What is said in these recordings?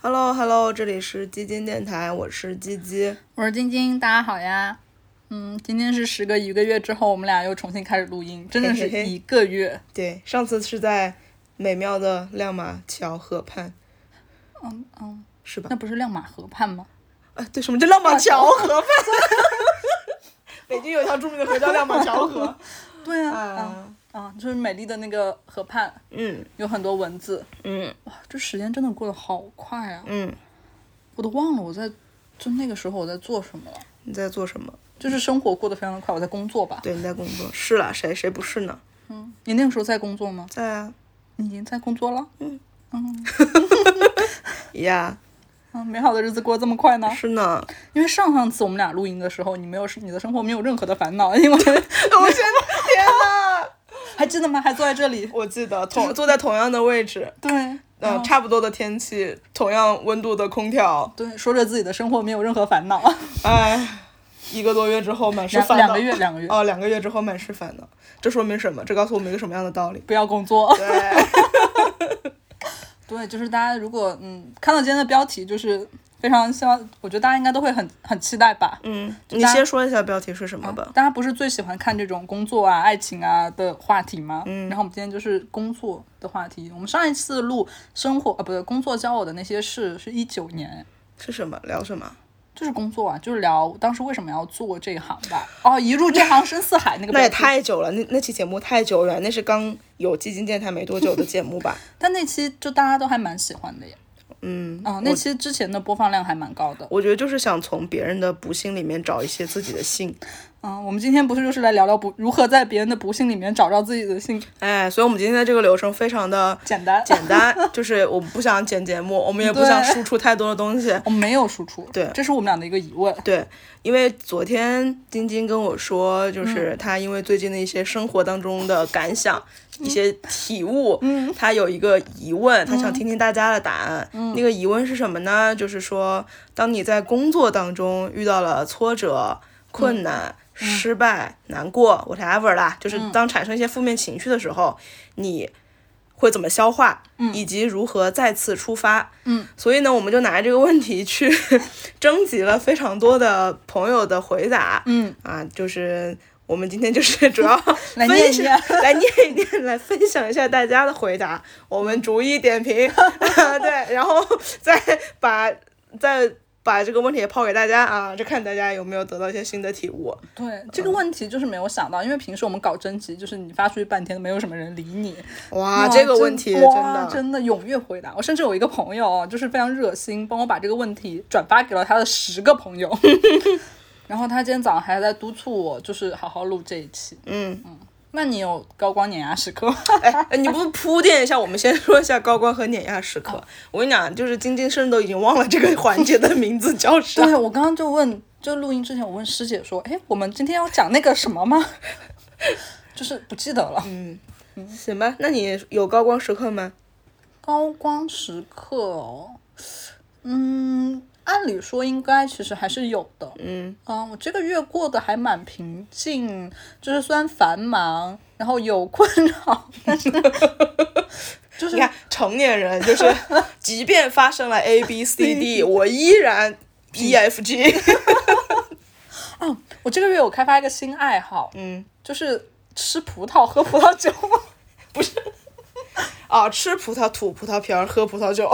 Hello Hello，这里是基金电台，我是鸡鸡。我是晶晶，大家好呀。嗯，今天是时隔一个月之后，我们俩又重新开始录音，真的是嘿嘿嘿一个月。对，上次是在美妙的亮马桥河畔，嗯嗯，是吧那？不是亮马河畔吗？啊，对，什么叫亮马桥河 畔？北京有条著名的河叫亮马桥河。对啊，啊啊，啊，就是美丽的那个河畔，嗯有很多文字。嗯哇，这时间真的过得好快啊！嗯，我都忘了我在就那个时候我在做什么了，你在做什么？就是生活过得非常的快。我在工作吧？对，你在工作。是啦，谁谁不是呢？嗯，你那个时候在工作吗？在啊你已经在工作了？呀嗯，美好的日子过得这么快呢？是呢。因为上上次我们俩录音的时候，你没有你的生活没有任何的烦恼，因为我现在天呐，还记得吗？还坐在这里。我记得同坐在同样的位置，对，呃，差不多的天气，同样温度的空调，对，说着自己的生活没有任 何烦恼，哎，一个多月之后满是两烦恼。两个月，两个月、哦，两个月之后满是烦恼，这说明什么？这告诉我们一个什么样的道理？不要工作。 对，对，就是大家如果嗯看到今天的标题，就是非常希望，我觉得大家应该都会很很期待吧。嗯，就你大家先说一下标题是什么吧。大家不是最喜欢看这种工作啊、爱情啊的话题吗？嗯，然后我们今天就是工作的话题。我们上一次录生活啊，不对，工作教我的那些事是一九年，是什么？聊什么？就是工作啊，就是聊当时为什么要做这一行吧。哦，一入这行深似海那个那也标题太久了，那那期节目太久远，那是刚有基金电台没多久的节目 吧？但那期就大家都还蛮喜欢的耶。嗯，啊、那期之前的播放量还蛮高的。我觉得就是想从别人的不幸里面找一些自己的幸，嗯，我们今天不是就是来聊聊不如何在别人的不幸里面找到自己的幸？哎，所以我们今天的这个流程非常的简单，简 单，就是我们不想剪节目，我们也不对想输出太多的东西。我们没有输出，对这是我们俩的一个疑问。对，因为昨天晶晶跟我说，就是她因为最近的一些生活当中的感想、一些体悟，嗯，她有一个疑问，她想听听大家的答案。那个疑问是什么呢？就是说，当你在工作当中遇到了挫折、困难、失败、难过，whatever 啦，就是当产生一些负面情绪的时候，你会怎么消化，以及如何再次出发。嗯，所以呢，我们就拿这个问题去 征集了非常多的朋友的回答。嗯，啊，就是我们今天就是 主要 来分念一享 念来念一念，来分享一下大家的回答，我们逐一点 评。 啊对，然后再把再把这个问题也抛给大家啊，就看大家有没有得到一些新的体悟。对这个问题就是没有想到，因为平时我们搞征集，就是你发出去半天都没有什么人理你。哇，哇这个问题真哇的真的踊跃回答。我甚至有一个朋友哦，就是非常热心，帮我把这个问题转发给了他的十个朋 友。然后他今天早上还在督促我，就是好好录这一期。嗯嗯，那你有高光碾压时刻吗？哎，你不铺垫一下？我们先说一下高光和碾压时哦刻。我跟你讲，就是晶晶甚至都已经忘了这个环节的名字叫啥。对，我刚刚就问，就录音之前我问师姐说，哎，我们今天要讲那个什么吗？ 就是不记得了。 行吧，那你有高光时刻吗？高光时刻哦，嗯，按理说应该其实还是有的。嗯，嗯，我这个月过得还蛮平静，就是虽然繁忙，然后有困扰， 但是就是你看，成年人就是， 即便发生了 A B C D，我依嗯然 E F G。哦，我这个月有开发一个新爱好，嗯，就是吃葡萄喝葡萄酒。啊，吃葡萄吐葡萄皮儿，喝葡萄酒。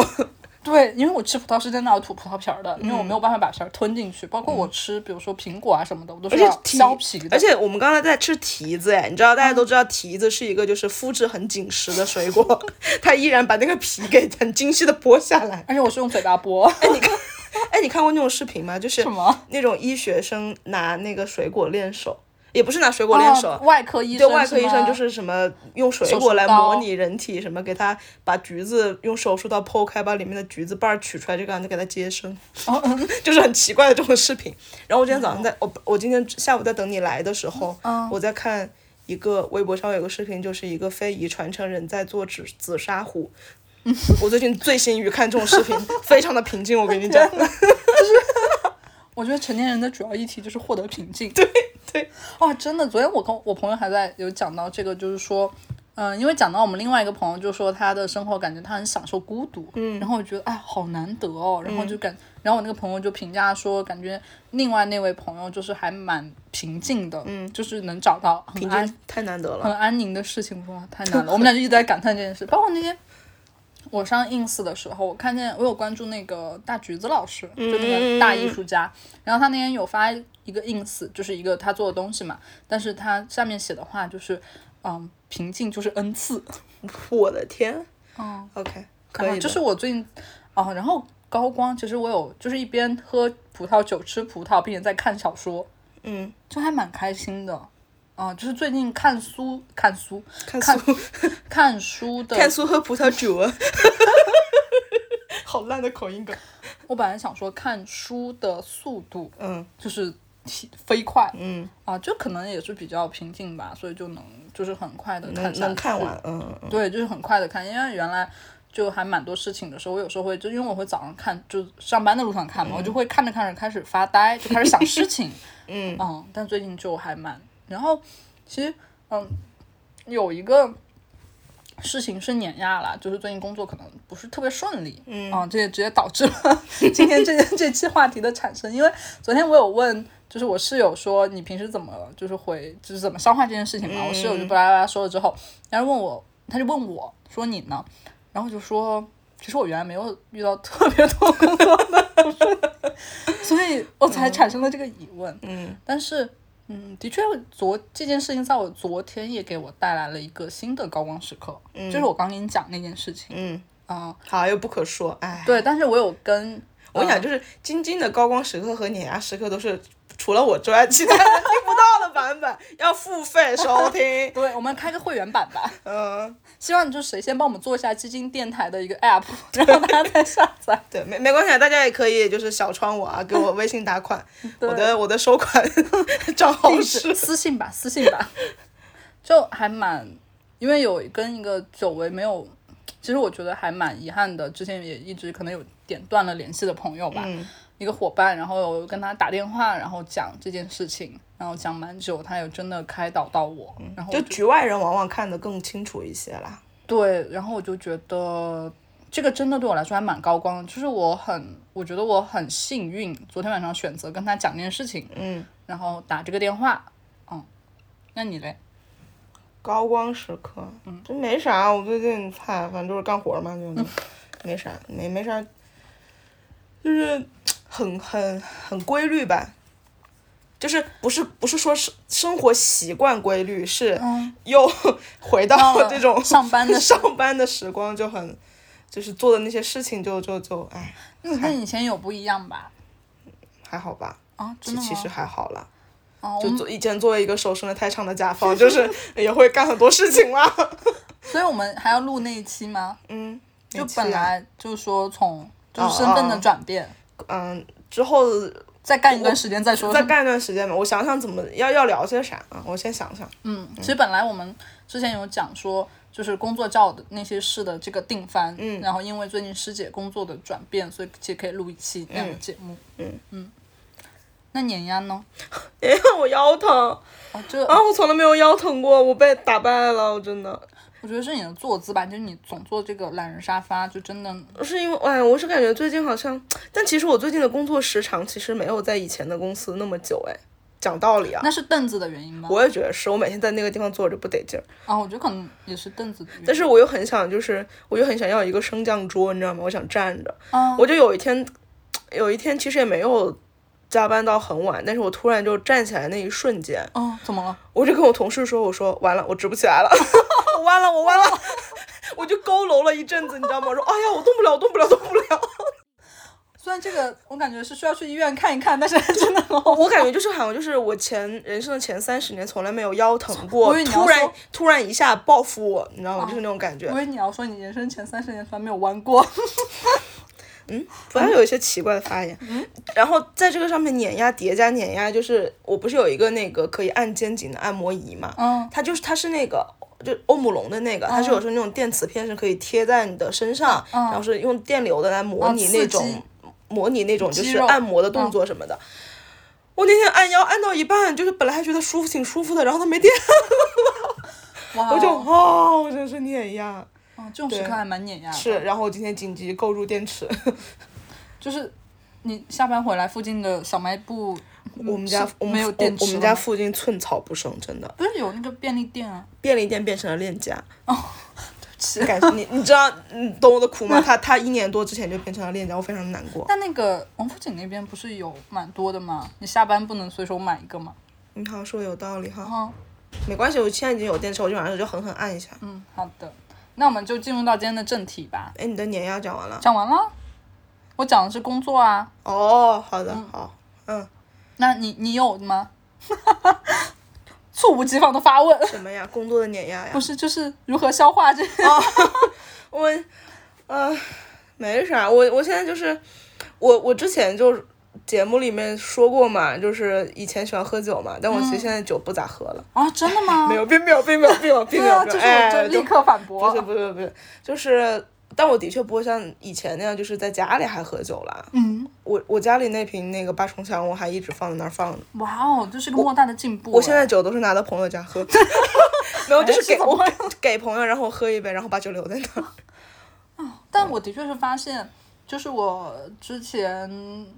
对，因为我吃葡萄是真的要吐葡萄皮儿的，因为嗯我没有办法把皮儿吞进去。包括我吃，比如说苹果啊什么的，我都而 是且要提削皮的。嗯而且我们刚才在吃提子，哎，你知道大家都知道提子是一个就是肤质很紧实的水果， 它依然把那个皮给很精细的剥下来。而且我是用嘴巴剥，哎，你看过那种视频吗？就是什么那种医学生拿那个水果练手，也不是拿水果练手，啊哦外科医对生，外科医生就是是什么用水手果术来刀模拟人体，什么给他把橘子用手术刀剖开，把里面的橘子瓣儿取出来，这个样子给他接生，吗，哦哦嗯 就是很奇怪的这种视频。然后我今天早上在我我今天下午在等你来的时候，嗯我在看。一个微博上有个视频，就是一个非遗传承人在做紫紫砂壶。嗯我最近醉心于看这种视频，非常的平静。我跟你讲， 我觉得成年人的主要议题就是获得 平静。对对，哇、真的，昨天我跟我朋友还在有讲到这个，就是说。嗯、因为讲到我们另外一个朋友，就说他的生活感觉他很享受孤独，嗯，然后我觉得哎，好难得哦，然后就感，然后我那个朋友就评价说，感觉另外那位朋友就是还蛮平静的，嗯，就是能找到很平安均太难得了。很安宁的事情，哇，太 难了。我们俩就一直在感叹这件事，包括那天我上 ins 的时候，我看见我有关注那个大橘子老师，就那嗯个大艺术家，然后他那天有发一个 ins，就是一个他做的东西嘛，但是他下面写的话就是，嗯，平静就是恩赐，我的天，哦，OK，可以啊的，就是我最近哦，然后高光，其实我有就是一边喝葡萄酒吃葡萄，并且在看小说，嗯，就还蛮开心的。啊、就是最近看书看书看看书 看书的看书喝葡萄酒啊， 好烂的口音梗，我本来想说看书的速度嗯就是提飞快嗯，啊，就可能也是比较平静吧，所以就能就是很快的看呃能下能看去完，嗯嗯对，就是很快的看，因为原来就还蛮多事情的时候，我有时候会就因为我会早上看，就上班的路上看嘛，我就会看着看着开始发呆，就开始想事情， 嗯但最近就还蛮，然后其实嗯有一个。事情是碾压了，就是最近工作可能不是特别顺利，嗯，啊，这也直接导致了 今天这这期话题的产生。因为昨天我有问，就是我室友说你平时怎么就是回就是怎么消化这件事情嘛，嗯我室友就巴拉巴拉说了之后，然后问我，他就问我说你呢？然后我就说，其实我原来没有遇到特别多工作的所以我才产生了这个疑问。嗯，但是，嗯，的确，昨这件事情在我昨天也给我带来了一个新的高光时刻，就是我刚跟你讲那件事情嗯，啊、好又不可说，哎，对，但是我有跟。我想就是晶晶的高光时刻和碾压时刻都是除了我之外，其他人听不到的版本， 要付费收听 对，我们开个会员版吧，嗯， 希望就是谁先帮我们做一下基金电台的一个 app，让 大家再下载。对，没没关系，啊，大家也可以就是小窗我啊，给我微信打 款，我的我的收款 账号地是址私信吧，私信吧，就还蛮，因为有跟一个久违没有，其实我觉得还蛮遗憾的，之前也一直可能有点断了联系的朋友吧，嗯一个伙伴，然后跟他打电话，然后讲这件事情，然后讲蛮久，他有真的开导到我，然后嗯我就局外人往往看得更清楚一些啦。对，然后我就觉得这个真的对我来说还蛮高光的，就是我很，我觉得我很幸运，昨天晚上选择跟他讲这件事情，嗯，然后打这个电话，嗯，那你嘞？高光时刻，嗯这没啥，我最近菜，反正就是干活嘛，就、没啥，没没啥，就是很很很规律吧，就是不是不是说是生活习惯规律，是又回 到到了这种哦上班嗯的时 上班的时光就很，就是做的那些事情就就就哎你跟以前有不一样吧？还好吧，啊，其真的吗？其实还好啦。哦，我就们做以前作为一个手伸的太长的甲方，就是也会干很多事情 啦。所以我们还要录那一期吗？嗯，就没气啊本来就是说从就是哦身份的哦转变，嗯，之后再干一段时间再说。再干一段时间吧，我想想怎么要要聊些啥啊，我先想 想。嗯，其实本来我们之前有讲说，就是工作照的那些事的这个定番，嗯，然后因为最近师姐工作的转变，所以其实可以录一期这样的节目。嗯嗯，那碾压呢？哎呀，我腰疼哦，这啊！我从来没有腰疼过，我被打败了，我真的我觉得是你的坐姿吧，就是你总坐这个懒人沙发，就真的是因为哎，我是感觉最近好像，但其实我最近的工作时长其实没有在以前的公司那么久哎。讲道理啊，那是凳子的原因吗？我也觉得是，我每天在那个地方坐着不得劲儿。啊，我觉得可能也是凳子的原因。但是我又很想，就是我又很想要一个升降桌，你知道吗？我想站着。啊我就有一天，有一天其实也没有加班到很晚，但是我突然就站起来那一瞬间，哦，怎么了？我就跟我同事说，我说完了，我直不起来了， 我弯了，我弯了， 我就佝偻了一阵子，你知道吗？我说哎呀，我动不了，我动不了，动不了。 虽然这个我感觉是需要去医院看一看，但是真的很好。我感觉就是好像就是我前人生的前三十年从来没有腰疼过我以为，你要突然说哦突然一下报复我，你知道吗？就是那种感觉因。为你要说你人生前三十年从来没有玩过，不要有一些奇怪的发言。嗯然后在这个上面碾压、叠加、碾压，就是我不是有一个那个可以按肩颈的按摩仪嘛？嗯，它就是它是那个。就欧姆龙的那个，它是哦有时候那种电磁片是可以贴在你的身上，然后是用电流的来模拟嗯哦刺那种、激模拟那种就肌是肉嗯按摩的动作什么的。我那天按腰按到一半，就是本来还觉得舒服挺舒服的，然后它没电，哇我就哦，我真是碾压。哦，这种时刻还蛮碾压的。是，然后我今天紧急购入电池，就是你下班回来附近的小卖部，我们家嗯是我们没有电池我，我们了家吗附近寸草不生，真的。不是有那个便利店啊？便利店变成了链家，哦是感觉你你知道你懂我的苦吗？他他一年多之前就变成了链家，我非常难过。但那个王府井那边不是有蛮多的吗？你下班不能随手买一个吗？你好像说的有道理哈，哦，没关系，我现在已经有电池，我就晚上就狠狠按一下。嗯，好的，那我们就进入到今天的正题吧。哎，你的碾压讲完了？讲完了，我讲的是工作啊。哦，好的，好，嗯，那你你有吗？猝不及防的发问，什么呀？工作的碾压呀不？是就是如何消化 这？我，呃，没啥，我我现在就是，我我之前就是节目里面说过嘛，就是以前喜欢喝酒嘛，但我其嗯实现在酒不咋喝了，啊，真的吗没？有，并没有，并没有，并没有，并没对有，啊，并就没是有我就哎，立刻反驳。不是不是不是，就是，但我的确不会像以前那样，就是在家里还喝酒了。嗯，我我家里那瓶那个八重香，我还一直放在那儿放着。哇哦，这是个莫大的进步哎。我现在酒都是拿到朋友家 喝， 没有，就是是给怎么我 给朋友，然后我喝一杯，然后把酒留在那儿。哦嗯但我的确是发现，就是我之前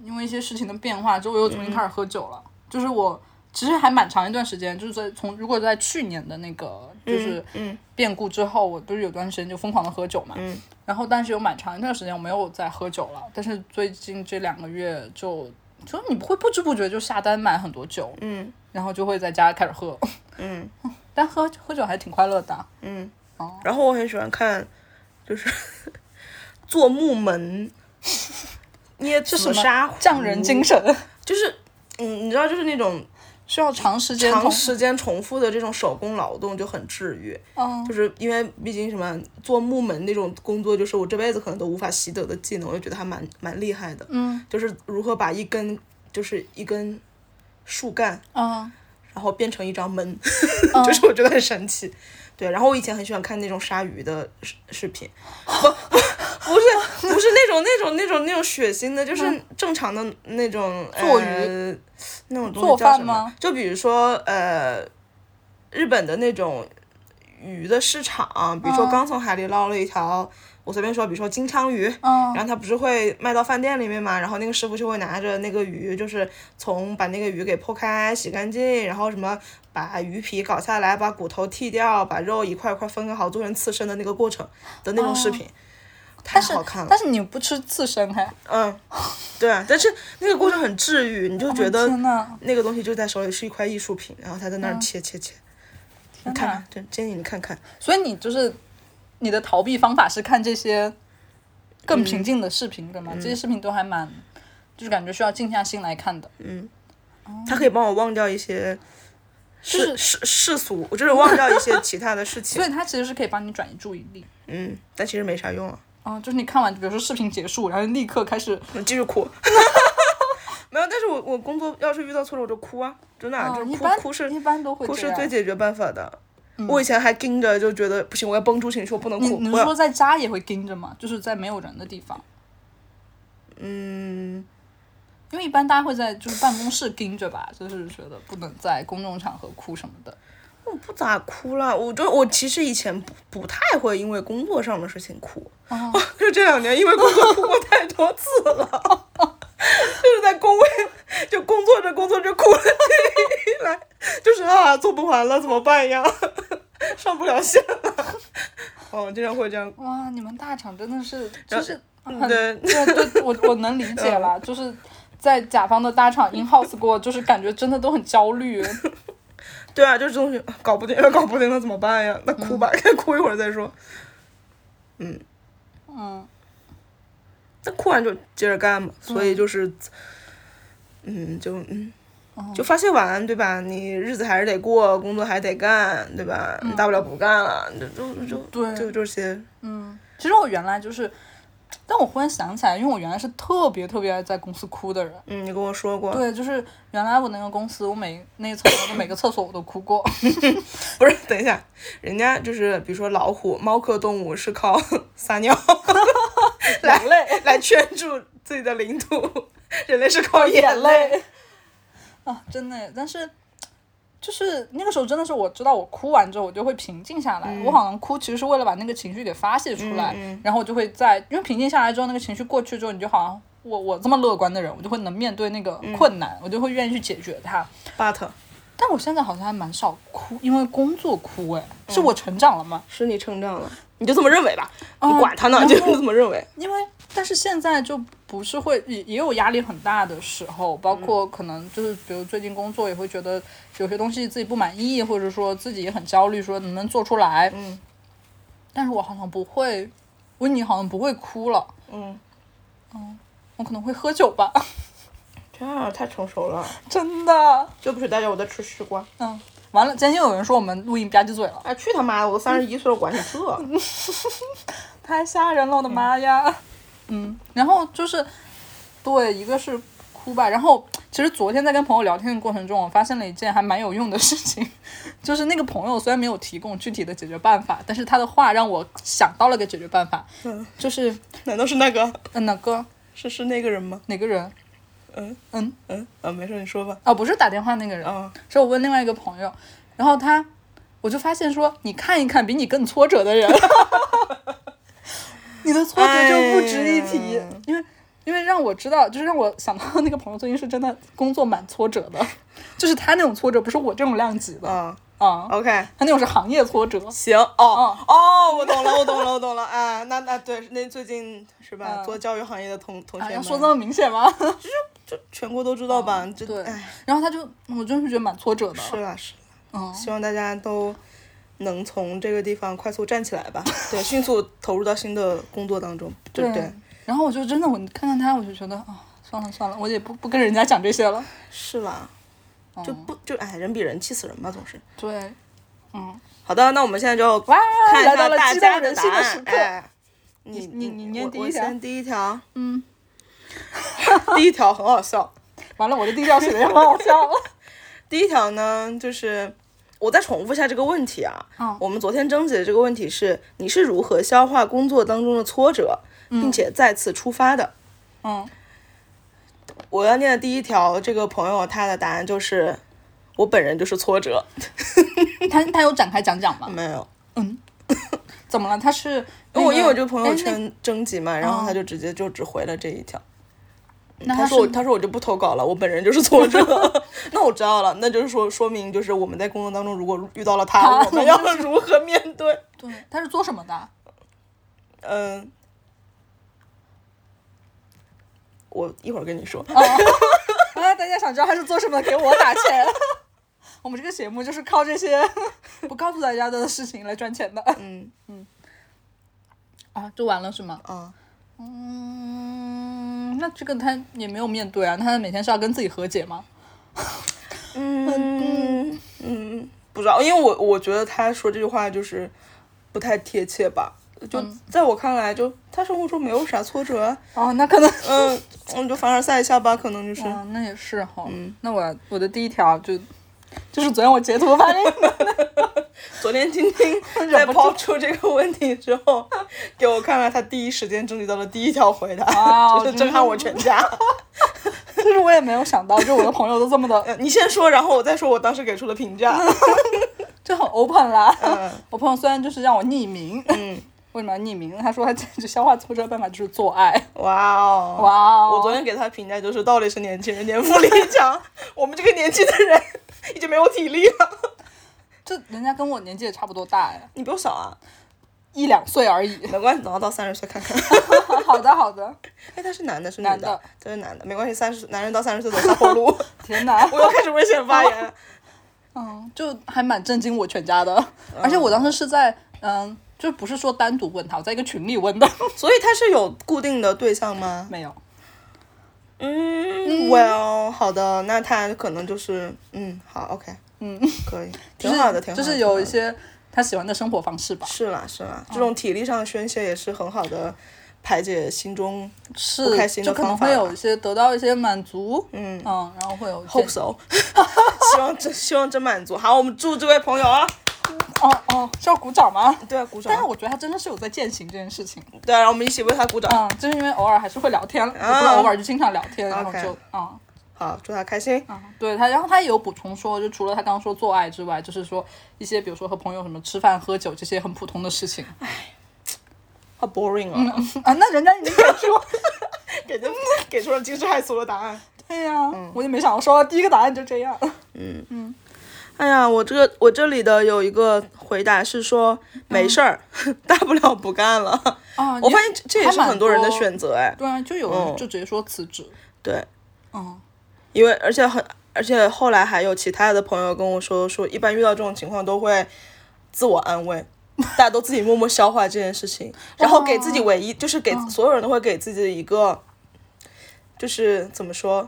因为一些事情的变化之后，我又嗯重新开始喝酒了。就是我其实还蛮长一段时间，就是在从如果在去年的那个就是嗯变故之后，我不是有段时间就疯狂的喝酒嘛。嗯然后，但是有蛮长一段时间我没有再喝酒了。但是最近这两个月就，就你会不知不觉就下单买很多酒，嗯然后就会在家开始喝。 嗯但喝喝酒还挺快乐的啊。嗯哦。 然后我很喜欢看，就是 做木 门、捏紫是什砂么壶匠人精，神？就是嗯，你知道，就是那种需要长时间长同时间重复的这种手工劳动就很治愈。嗯 就是因为毕竟什么做木门那种工作，就是我这辈子可能都无法习得的技能，我就觉得还蛮蛮厉害的。嗯就是如何把一根就是一根树干，嗯。然后变成一张 门，就是我觉得很神奇。对，然后我以前很喜欢看那种鲨鱼的视视频，不不不是不是那种那种那种那种血腥的，就是嗯正常的那种做鱼呃、那种东做西叫饭什吗么？就比如说呃，日本的那种鱼的市场，比如说嗯刚从海里捞了一条，我随便说，比如说金枪鱼，嗯然后他不是会卖到饭店里面嘛，然后那个师傅就会拿着那个鱼，就是从把那个鱼给剖开、洗干净，然后什么把鱼皮搞下来，把骨头剔掉，把肉一块一块分割好，做成刺身的那个过程的那种视频，太哦但是好看了但。是你不吃刺身哎还？嗯，对啊，但是那个过程很治愈，你就觉哦得天呐那个东西就在手里是一块艺术品，然后他在那儿切切切，天哦你看看，真建议你看看。所以你就是你的逃避方法是看这些嗯更平静的视频，对吗？这些视频都还蛮，就是感觉需要静下心来看的。它可以帮我忘掉一些就是世世世俗，我就是忘掉一些其他的事情 所。以它其实是可以帮你转移注意力。嗯，但其实没啥用啊，嗯，就是你看完，比如说视频结束，然后立刻开始，我继续 哭。没有，但是我我工作要是遇到挫折我就哭啊，真的啊、啊就是一哭般哭是一般都会哭这是样嗯最。解决办法的。我以前还盯着就觉得不行，我要绷住情绪，我不能你哭。你我是要说在家也会盯着吗？就是在没有人的地方，嗯，因为一般大家会在就是办公室盯着吧，就是觉得不能在公众场合哭什么的。我不咋哭了，我就我其实以前不不太会因为工作上的事情哭，哦 就这两年因为工作哭过太多次了， 就是在工位就工作着工作着哭了起来， 就是啊做不完了怎么办呀， 上不了线了，哦经常会这样，哇，你们大厂真的是就是很嗯对嗯对对，我我能理解了，就是在甲方的大厂 in house 过，就是感觉真的都很焦虑。对啊就是这东西啊搞不定了搞不定了怎么办呀，那哭吧，哭一会儿再说，嗯，那哭完就接着干嘛，所以就是，嗯，就嗯，就发泄完，对吧？你日子还是得过，工作还得干，对吧？你大不了不干了，就就就对就这些，嗯其实我原来就是，但我忽然想起来，因为我原来是特别特别爱在公司哭的人。嗯，你跟我说过，对，就是原来我那个公司，我每那个厕所的每个厕所我都哭过。不是？等一下，人家就是比如说老虎、猫科动物是靠 撒尿两泪，来圈住自己的领 土，人类是靠眼眼泪啊，真的耶。但是就是那个时候真的是我知道我哭完之后我就会平静下来，我好像哭其实是为了把那个情绪给发泄出来，然后我就会在因为平静下来之后那个情绪过去之后，你就好像我我这么乐观的人，我就会能面对那个困难，我就会愿意去解决它。 ，but 但我现在好像还蛮少哭，因为工作哭，哎，是我成长了吗？是你成长了，你就这么认为吧，啊你管他呢，然就后这么认为。因为但是现在就不是会也也有压力很大的时候，包括嗯可能就是比如最近工作也会觉得有些东西自己不满意，或者说自己也很焦虑，说能不能做出来。嗯但是我好像不会，温妮好像不会哭了，嗯，我可能会喝酒吧， 这样啊太成熟了。真的。这不是大家我在吃西瓜。嗯，完了，今天又有人说我们录音吧唧嘴了，哎，去他妈的！我都三十一岁了，管你这？太吓人了，我的妈呀！ 嗯，然后就是，对，一个是哭吧，然后其实昨天在跟朋友聊天的过程中，我发现了一件还蛮有用的事情， 就是那个朋友虽然没有提供具体的解决办法，但是他的话让我想到了个解决办法，嗯就是 难道是那个？嗯哪个是是那个人吗？哪个人嗯嗯嗯啊，没事，你说吧。哦不是打电话那个人，啊，是我问另外一个朋友，然后他我就发现说，你看一看比你更挫折的人， 你的挫折就不值一提，哎因为因为让我知道，就是让我想到那个朋友最近是真的工作蛮挫折的，就是他那种挫折不是我这种量级的啊啊、 ，OK，他那种是行业挫折，行，哦哦，我懂了，我懂了，我懂了。啊，那那对，那最近是吧？嗯做教育行业的同同学啊，们，要说这么明显吗？ 这全国都知道吧？这对哎，然后他就我真是觉得蛮挫折的，是啦是啦。嗯，希望大家都能从这个地方快速站起来吧， 对，迅速投入到新的工作当中，对不对？然后我就真的我看看他，我就觉得啊、算了算了，我也不不跟人家讲这些了。嗯是啦，就不就哎，人比人气死人吧，总是。对，嗯好的，那我们现在就哇，看一下来到了大激动家人答心的时案。刻。哎，你你你念我第一我条先第一条，嗯，第一条很好笑。完了，我的第一条写的也很好笑。第一条呢，就是我再重复一下这个问题啊。 嗯我们昨天征集的这个问题是：你是如何消化工作当中的挫折，并且再次出发的？嗯，我要念的第一条，这个朋友他的答案就是，我本人就是挫折，他他有展开讲讲吗？没有。嗯怎么了？他是因为我因为我这个个朋友，哎圈征集嘛，然后他哦就直接就只回了这一条。那那他他说我是他说我就不投稿了，我本人就是挫折。 那我知道了，那就是说说明就是我们在工作当中如果遇到了他，他我们要如何面对？对，他是啊做什么 的？嗯，我一会儿跟你说。哦，啊，大家想知道他是做什么的，给我打钱。 我们这个节目就是靠这些 不告诉大家的事情来赚钱的嗯 啊，就完了是吗？啊，嗯，那这个他也没有面对啊，那他每天是要跟自己和解吗？嗯嗯，不知道，因为我我觉得他说这句话就是不太贴切吧。就嗯在我看来，就他生活中没有啥挫折啊，哦，那可能嗯，我就凡尔赛一下吧，可能就是。嗯，那也是哈。那我我的第一条啊就就是昨天我截图发给你的，昨天晶 晶在抛出这个问题之后， 给我看了她第一时间征集到了第一条回答， 哇哦真真是是震撼我全家。 就是我也没有想到，就我的朋友都这么的呃你先说，然后我再说我当时给出的评 价。就很 open 啦。嗯 我朋友虽然就是让我匿名， 嗯，为什么要匿名？他说 他解决消化挫折的办法就是做爱。哇哦，哇哦！我昨天给他评价就是到底是年轻人年富力强， 我们这个年纪的人已经没有体力了。这人家跟我年纪也差不多大哎，你比我小啊，。一两岁而已 没关系，等到到三十岁看 看。好的好的，哎，他是男的，是女男的的，他是男的，没关系，三十男人到三十岁走下 坡路。天哪！我又开始危险发 言。嗯，就还蛮震惊我全家的，而且我当时是在嗯，就不是说单独问他，我在一个群里 问的，所以他是有固定的对象吗？没有。嗯，Well，好的，那他可能就是，嗯，好，OK，嗯，可 以，就挺是好的，挺好的，就是挺好有的一些他喜欢的生活方式吧。是啦是啦，这种体力上的宣泄也是很好的排解心中是不开心的就可能方法会有吧一些得到一些满足，嗯嗯，然后会有 hope 这 so，希望真希望真满足。好，我们祝这位朋友啊，哦哦是要鼓掌吗？对，啊鼓掌但是，我觉得他真的是有在践行这件事情，对，啊嗯让我们一起为他鼓掌。啊嗯，就是因为偶尔还是会聊天，也不是偶尔就经常聊天，然后，OK 就嗯，好，祝他开心。啊，对他，然后他也有补充说，就除了他刚刚说做爱之外，就是说一些比如说和朋友什么吃饭喝酒这些很普通的事情。好 boring 啊， 啊，那人家已经给出， 给的给出了惊世骇俗的答案。 对呀、我也没想到说第一个答案就这样。哎呀，我这个我这里的有一个回答是说没事儿， 大不了不干了。 啊，嗯我发现这这也还是蛮很多人的多选择哎，对啊，就有人就直接说辞职。对，嗯，因为而且很而且后来还有其他的朋友跟我说说，一般遇到这种情况都会自我安慰。 大家都自己默默消化这件事情，然后给哦自己唯一就是嗯给所有人都会给自己一个，就是怎么说，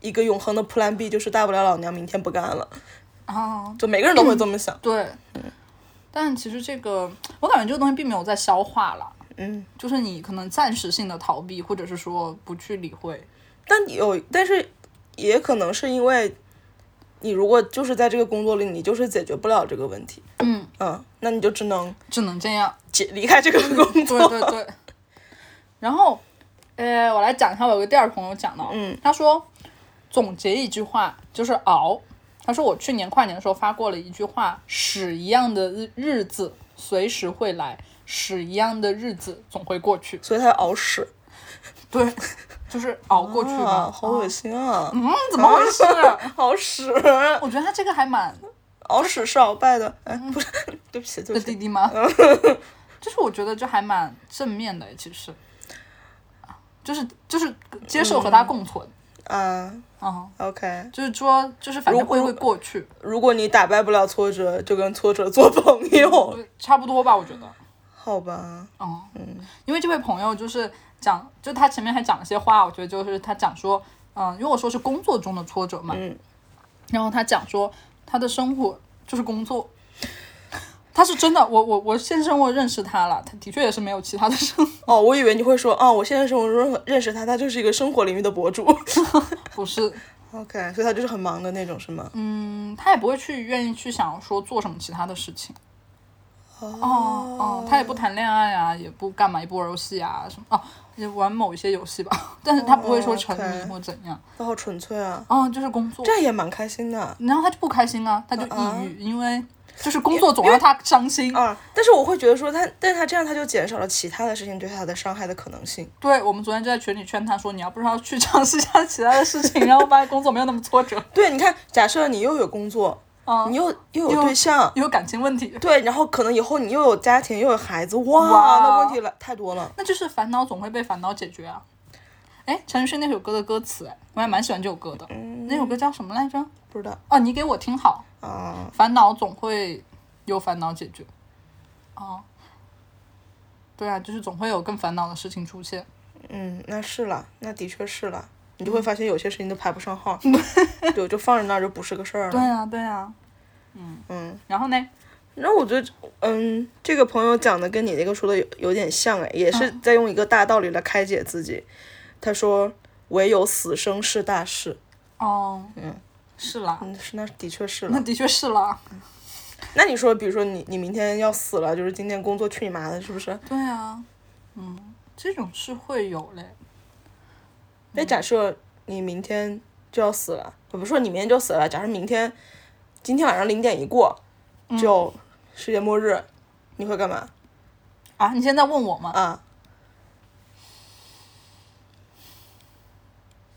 一个永恒的 Plan B，就是大不了老娘明天不干了，啊，就每个人都会这么想。对。但其实这个，我感觉这个东西并没有在消化了。嗯，就是你可能暂时性的逃避，或者是说不去理会。但有，但是也可能是因为你如果就是在这个工作里，你就是解决不了这个问题，嗯嗯，那你就只能只能这样。解离开这个工作。对对对。然后，呃，我来讲一下，我有个第二个朋友讲的，嗯，他说总结一句话就是熬。他说我去年跨年的时候发过了一句话：屎一样的日日子随时会来，屎一样的日子总会过去。所以他要熬屎，对，就是熬过去吧。啊，好恶心啊！嗯，怎么回事？ 啊熬屎，我觉得他这个还蛮 熬屎是鳌拜的，哎，不是， 对不起，对这不起弟。弟吗？就是我觉得这还蛮正面的，其实，就是就是接受和他共存，啊啊， ，OK，就是说就是反正会如会过去，如果你打败不了挫折，就跟挫折做朋友，对差不多吧，我觉得，好吧？哦，因为这位朋友就是讲，就他前面还讲了些话，我觉得就是他讲说，嗯、因为我说是工作中的挫折嘛，嗯然后他讲说他的生活就是工作。他是真的，我我我现实生活认识他了，他的确也是没有其他的生活，哦，我以为你会说，啊，我现在生活中认识他，他就是一个生活领域的博主。不是 OK，所以他就是很忙的那种，是吗？嗯，他也不会去愿意去想说做什么其他的事情。哦哦，他也不谈恋爱啊，也不干嘛，也不玩游戏啊什么哦，也玩某一些游戏吧， 但是他不会说沉迷哦 OK 或怎样。他好纯粹啊，哦，就是工作，这嗯样也蛮开心的然后他就不开心啊，他就抑郁，因为就是工作总让他伤心。啊。但是我会觉得说他，但他这样他就减少了其他的事情对他的伤害的可能性。对我们昨天就在群里劝他说，你要不是要去尝试一下其他的事情，然后发现工作没有那么挫折， 对，你看，假设你又有工作，嗯你又哦又有对象，也有感情问题，对，然后可能以后你又有家庭，又有孩子，哇，哇那问题了太多了。那就是烦恼总会被烦恼解决啊。哎，陈奕迅那首歌的歌词，哎，我还蛮喜欢这首歌的。那首歌叫什么来着？不知道哦，你给我听好，啊，烦恼总会有烦恼解决。哦，对啊，就是总会有更烦恼的事情出现。嗯，那是了，那的确是了。你就会发现有些事情都排不上 号，对，就放在那儿就不是个事儿对了。啊，对啊。嗯，然后呢？那我觉得，嗯，这个朋友讲的跟你那个说的有有点像哎，也是在用一个大道理来开解自己。他说：“唯有死生是大事。哦，嗯，是啦，嗯，是那的确是那了。的确是啦。那你说，比如说你你明天要死了，就是今天工作去你妈的，是不是？对啊，嗯，这种是会有嘞。那假设你明天就要死了，呃我不是说你明天就死了，假设明天今天晚上零点一过就世界末日，你会干嘛啊，你现在问我吗？啊？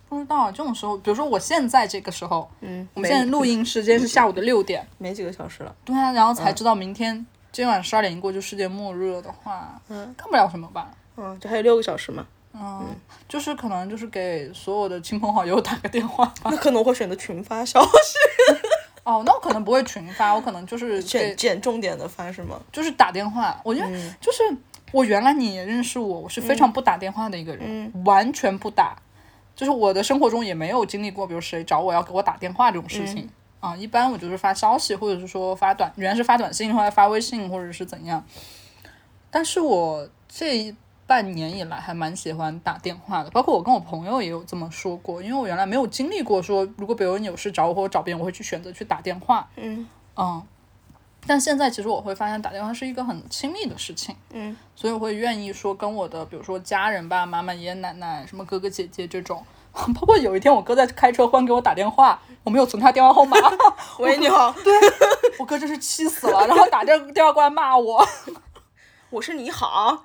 不知道，这种时候，比如说我现在这个时候，嗯，我们现在录音时间是下午的六点，没几个小时了。嗯对啊，然后才知道明天今晚十二点一过就世界末日了的话，嗯，干不了什么吧，嗯，就还有六个小时嘛。嗯，就是可能就是给所有的亲朋好友打个电话吧。那可能我会选择群发消息。哦，那我可能不会群发，我可能就是捡给捡重点的发是吗？就是打电话。我觉得就是我原来你也认识我，我是非常不打电话的一个人，完全不打。就是我的生活中也没有经历过，比如谁找我要给我打电话这种事情。啊，一般我就是发消息，或者是说发短，原来是发短信，后来发微信，或者是怎样。但是我这半年以来还蛮喜欢打电话的，包括我跟我朋友也有这么说过，因为我原来没有经历过说，如果别人有事找我或者找别人，我会去选择去打电话。嗯但现在其实我会发现打电话是一个很亲密的事情，嗯，所以我会愿意说跟我的，比如说家人、爸爸妈妈、爷爷奶奶、什么哥哥姐姐这种。 包括有一天我哥在开车忽然给我打电话，我没有存他电话号码， 喂，你好，对我哥真是气死了，然后打这电话过来骂我， 我是你好啊，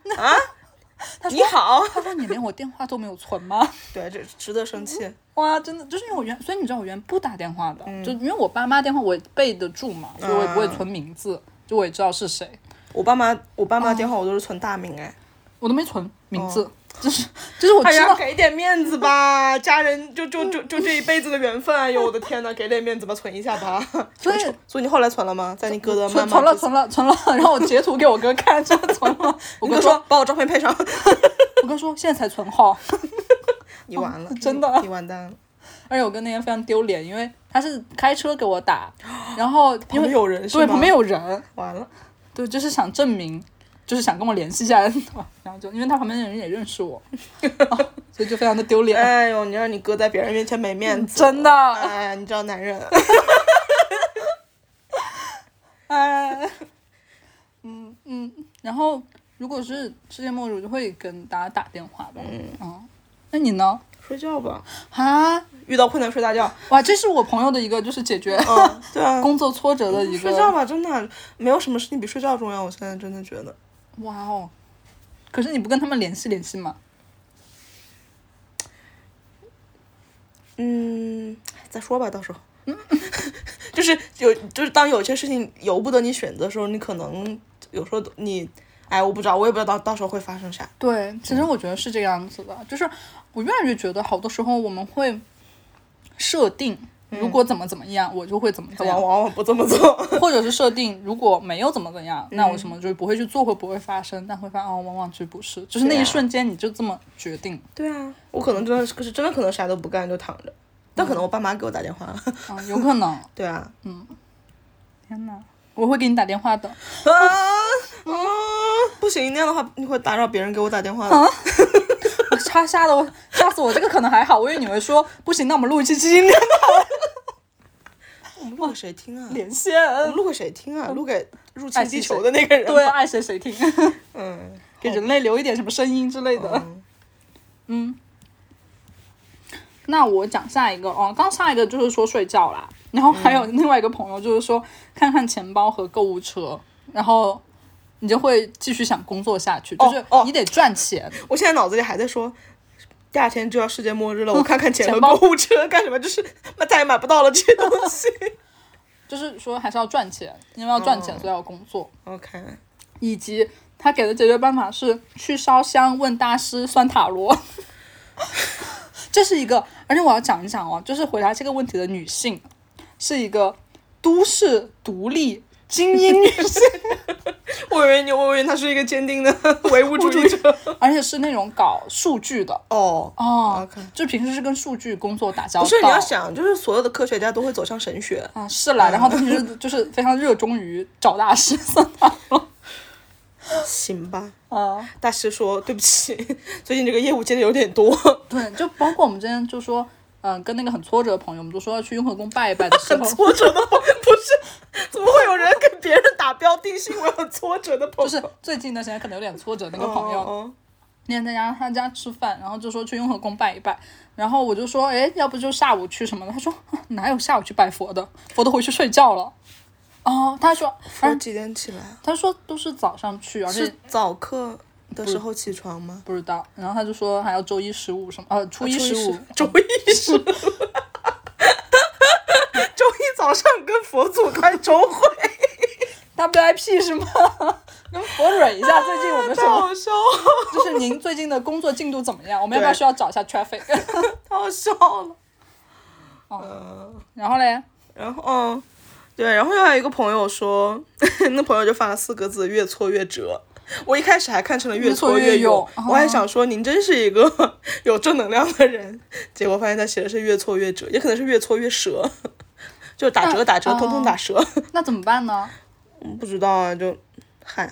你好，他说你连我电话都没有存吗？ 对，这值得生气。哇，真的就是因为我原，所以你知道我原不打电话的，嗯就因为我爸妈电话我也背得住嘛，就我也不会存名字，就我也知道是谁，我爸妈，我爸妈电话我都是存大名哎，我都没存名字，就是就是我哦哎知呀，道。给点面子 吧，家人就就就就这一辈子的缘分，哎呦我的天呐，给点面子吧，存一下吧。所以所以你后来存了吗？在你哥的妈妈存存了之前存了存了，然后我截图给我哥看， 真的存了。你我哥哥说说，把我照片配上， 我哥说现在才存号，你完了，真的你完蛋了。而且我哥那天非常丢脸，因为他是开车给我打，然后因旁边为有人是对吗？旁边有人，完了，对，就是想证明，就是想跟我联系一下， 然后就因为他旁边的人也认识我， 哦所以就非常的丢脸。哎呦，你让你哥在别人面前没面子，真的 哎呀，你知道男人，哎，嗯嗯，然后如果是世界末日，我就会跟大家打电话吧。嗯，那你呢？ 睡觉吧，啊，遇到困难睡大觉。哇，这是我朋友的一个就是解决嗯，对 啊，工作挫折的一睡觉个。吧，真的没有什么事情比睡觉重要。我现在真的觉得，哇哦！可是你不跟他们联系联系吗？嗯，再说吧，到时候。 就是有，就是当有些事情由不得你选择的时候，你可能有时候你，哎，我不知道，我也不知道到到时候会发生啥。对，其实我觉得是这个样子的，就是我越来越觉得，好多时候我们会设定，如果怎么怎么样，我就会怎么怎他么样往，往往不这么做。 或者是设定如果没有怎么怎么样，那我什么就不会去做，会不会发生，但会发现哦，往往其实不是，就是那对一啊瞬间你就这么决定，对啊，我可能真的是，可是真的可能啥都不干就躺着，但可能我爸妈给我打电话 了。嗯，有可能，对啊，嗯天哪，我会给你打电话的，啊啊，不行，那样的话你会打扰别人给我打电话的。啊我插瞎了，我吓死我，这个可能还好，我以为你会说不行，那我们录一期基因连我们录给谁听啊？连线，我们录给谁听嗯啊？录给入侵爱地惜球谁的那个人。对，，爱谁谁听，嗯，给人类留一点什么声音之类的。嗯 那我讲下一个哦，刚下一个就是说睡觉啦，然后还有另外一个朋友就是说嗯看看钱包和购物车，然后你就会继续想工作下去，就是哦你得赚钱。我现在脑子里还在说。第二天就要世界末日了，我看看钱钱和包购物车干什么？就是妈再也买不到了这些东西。 就是说还是要赚钱，因为要赚钱，嗯所以要工作。 OK，以及他给的解决办法是去烧香、问大师、算塔罗， 这是一个。而且我要讲一讲哦，就是回答这个问题的女性是一个都市独立精英女性。我以为你，我以为他是一个坚定的唯物主义者。而且是那种搞数据的哦，哦 OK 就平时是跟数据工作打交道。不是你要想，就是所有的科学家都会走向神学。啊，是啦，然后他平时嗯就是非常热衷于找大师算 塔罗行吧，啊，大师说对不起，最近这个业务接的有点多，对，就包括我们之前就说，嗯、跟那个很挫折的朋友，我们就说要去雍和宫拜一拜的时很候，挫折的朋友不是？怎么会有人给别人打标定性为很挫折的朋就友？是最近段时间可能有点挫折那那个朋友，哦那天在家他家吃饭，然后就说去雍和宫拜一拜，然后我就说，哎，要不就下午去什么的？他说啊哪有下午去拜佛的，佛都回去睡觉了。哦，他说，我几点起来？他说都是早上去，而且是早课的时候起床吗？不知道。然后他就说还要周一十五什么，呃，初一十五、 周一哦十五，周一早上跟佛祖开周会，啊 WIP 是吗？ 跟佛蕊一下，最近我们什太么？好笑了，就是您最近的工作进度怎么样？我们要不要啊对需要找一下 traffic？ 太好笑了。然后嘞，然后，嗯，对，然后又还有一个朋友说， 那朋友就发了四个字：越挫越折。我一开始还看成了越挫挫越越啊勇我还想说您真是一个 有正能量的人，结果发现他写的是越挫越折，也可能是越挫越折， 就打折打折，通通打折，那怎么办呢？不知道啊，就嗨。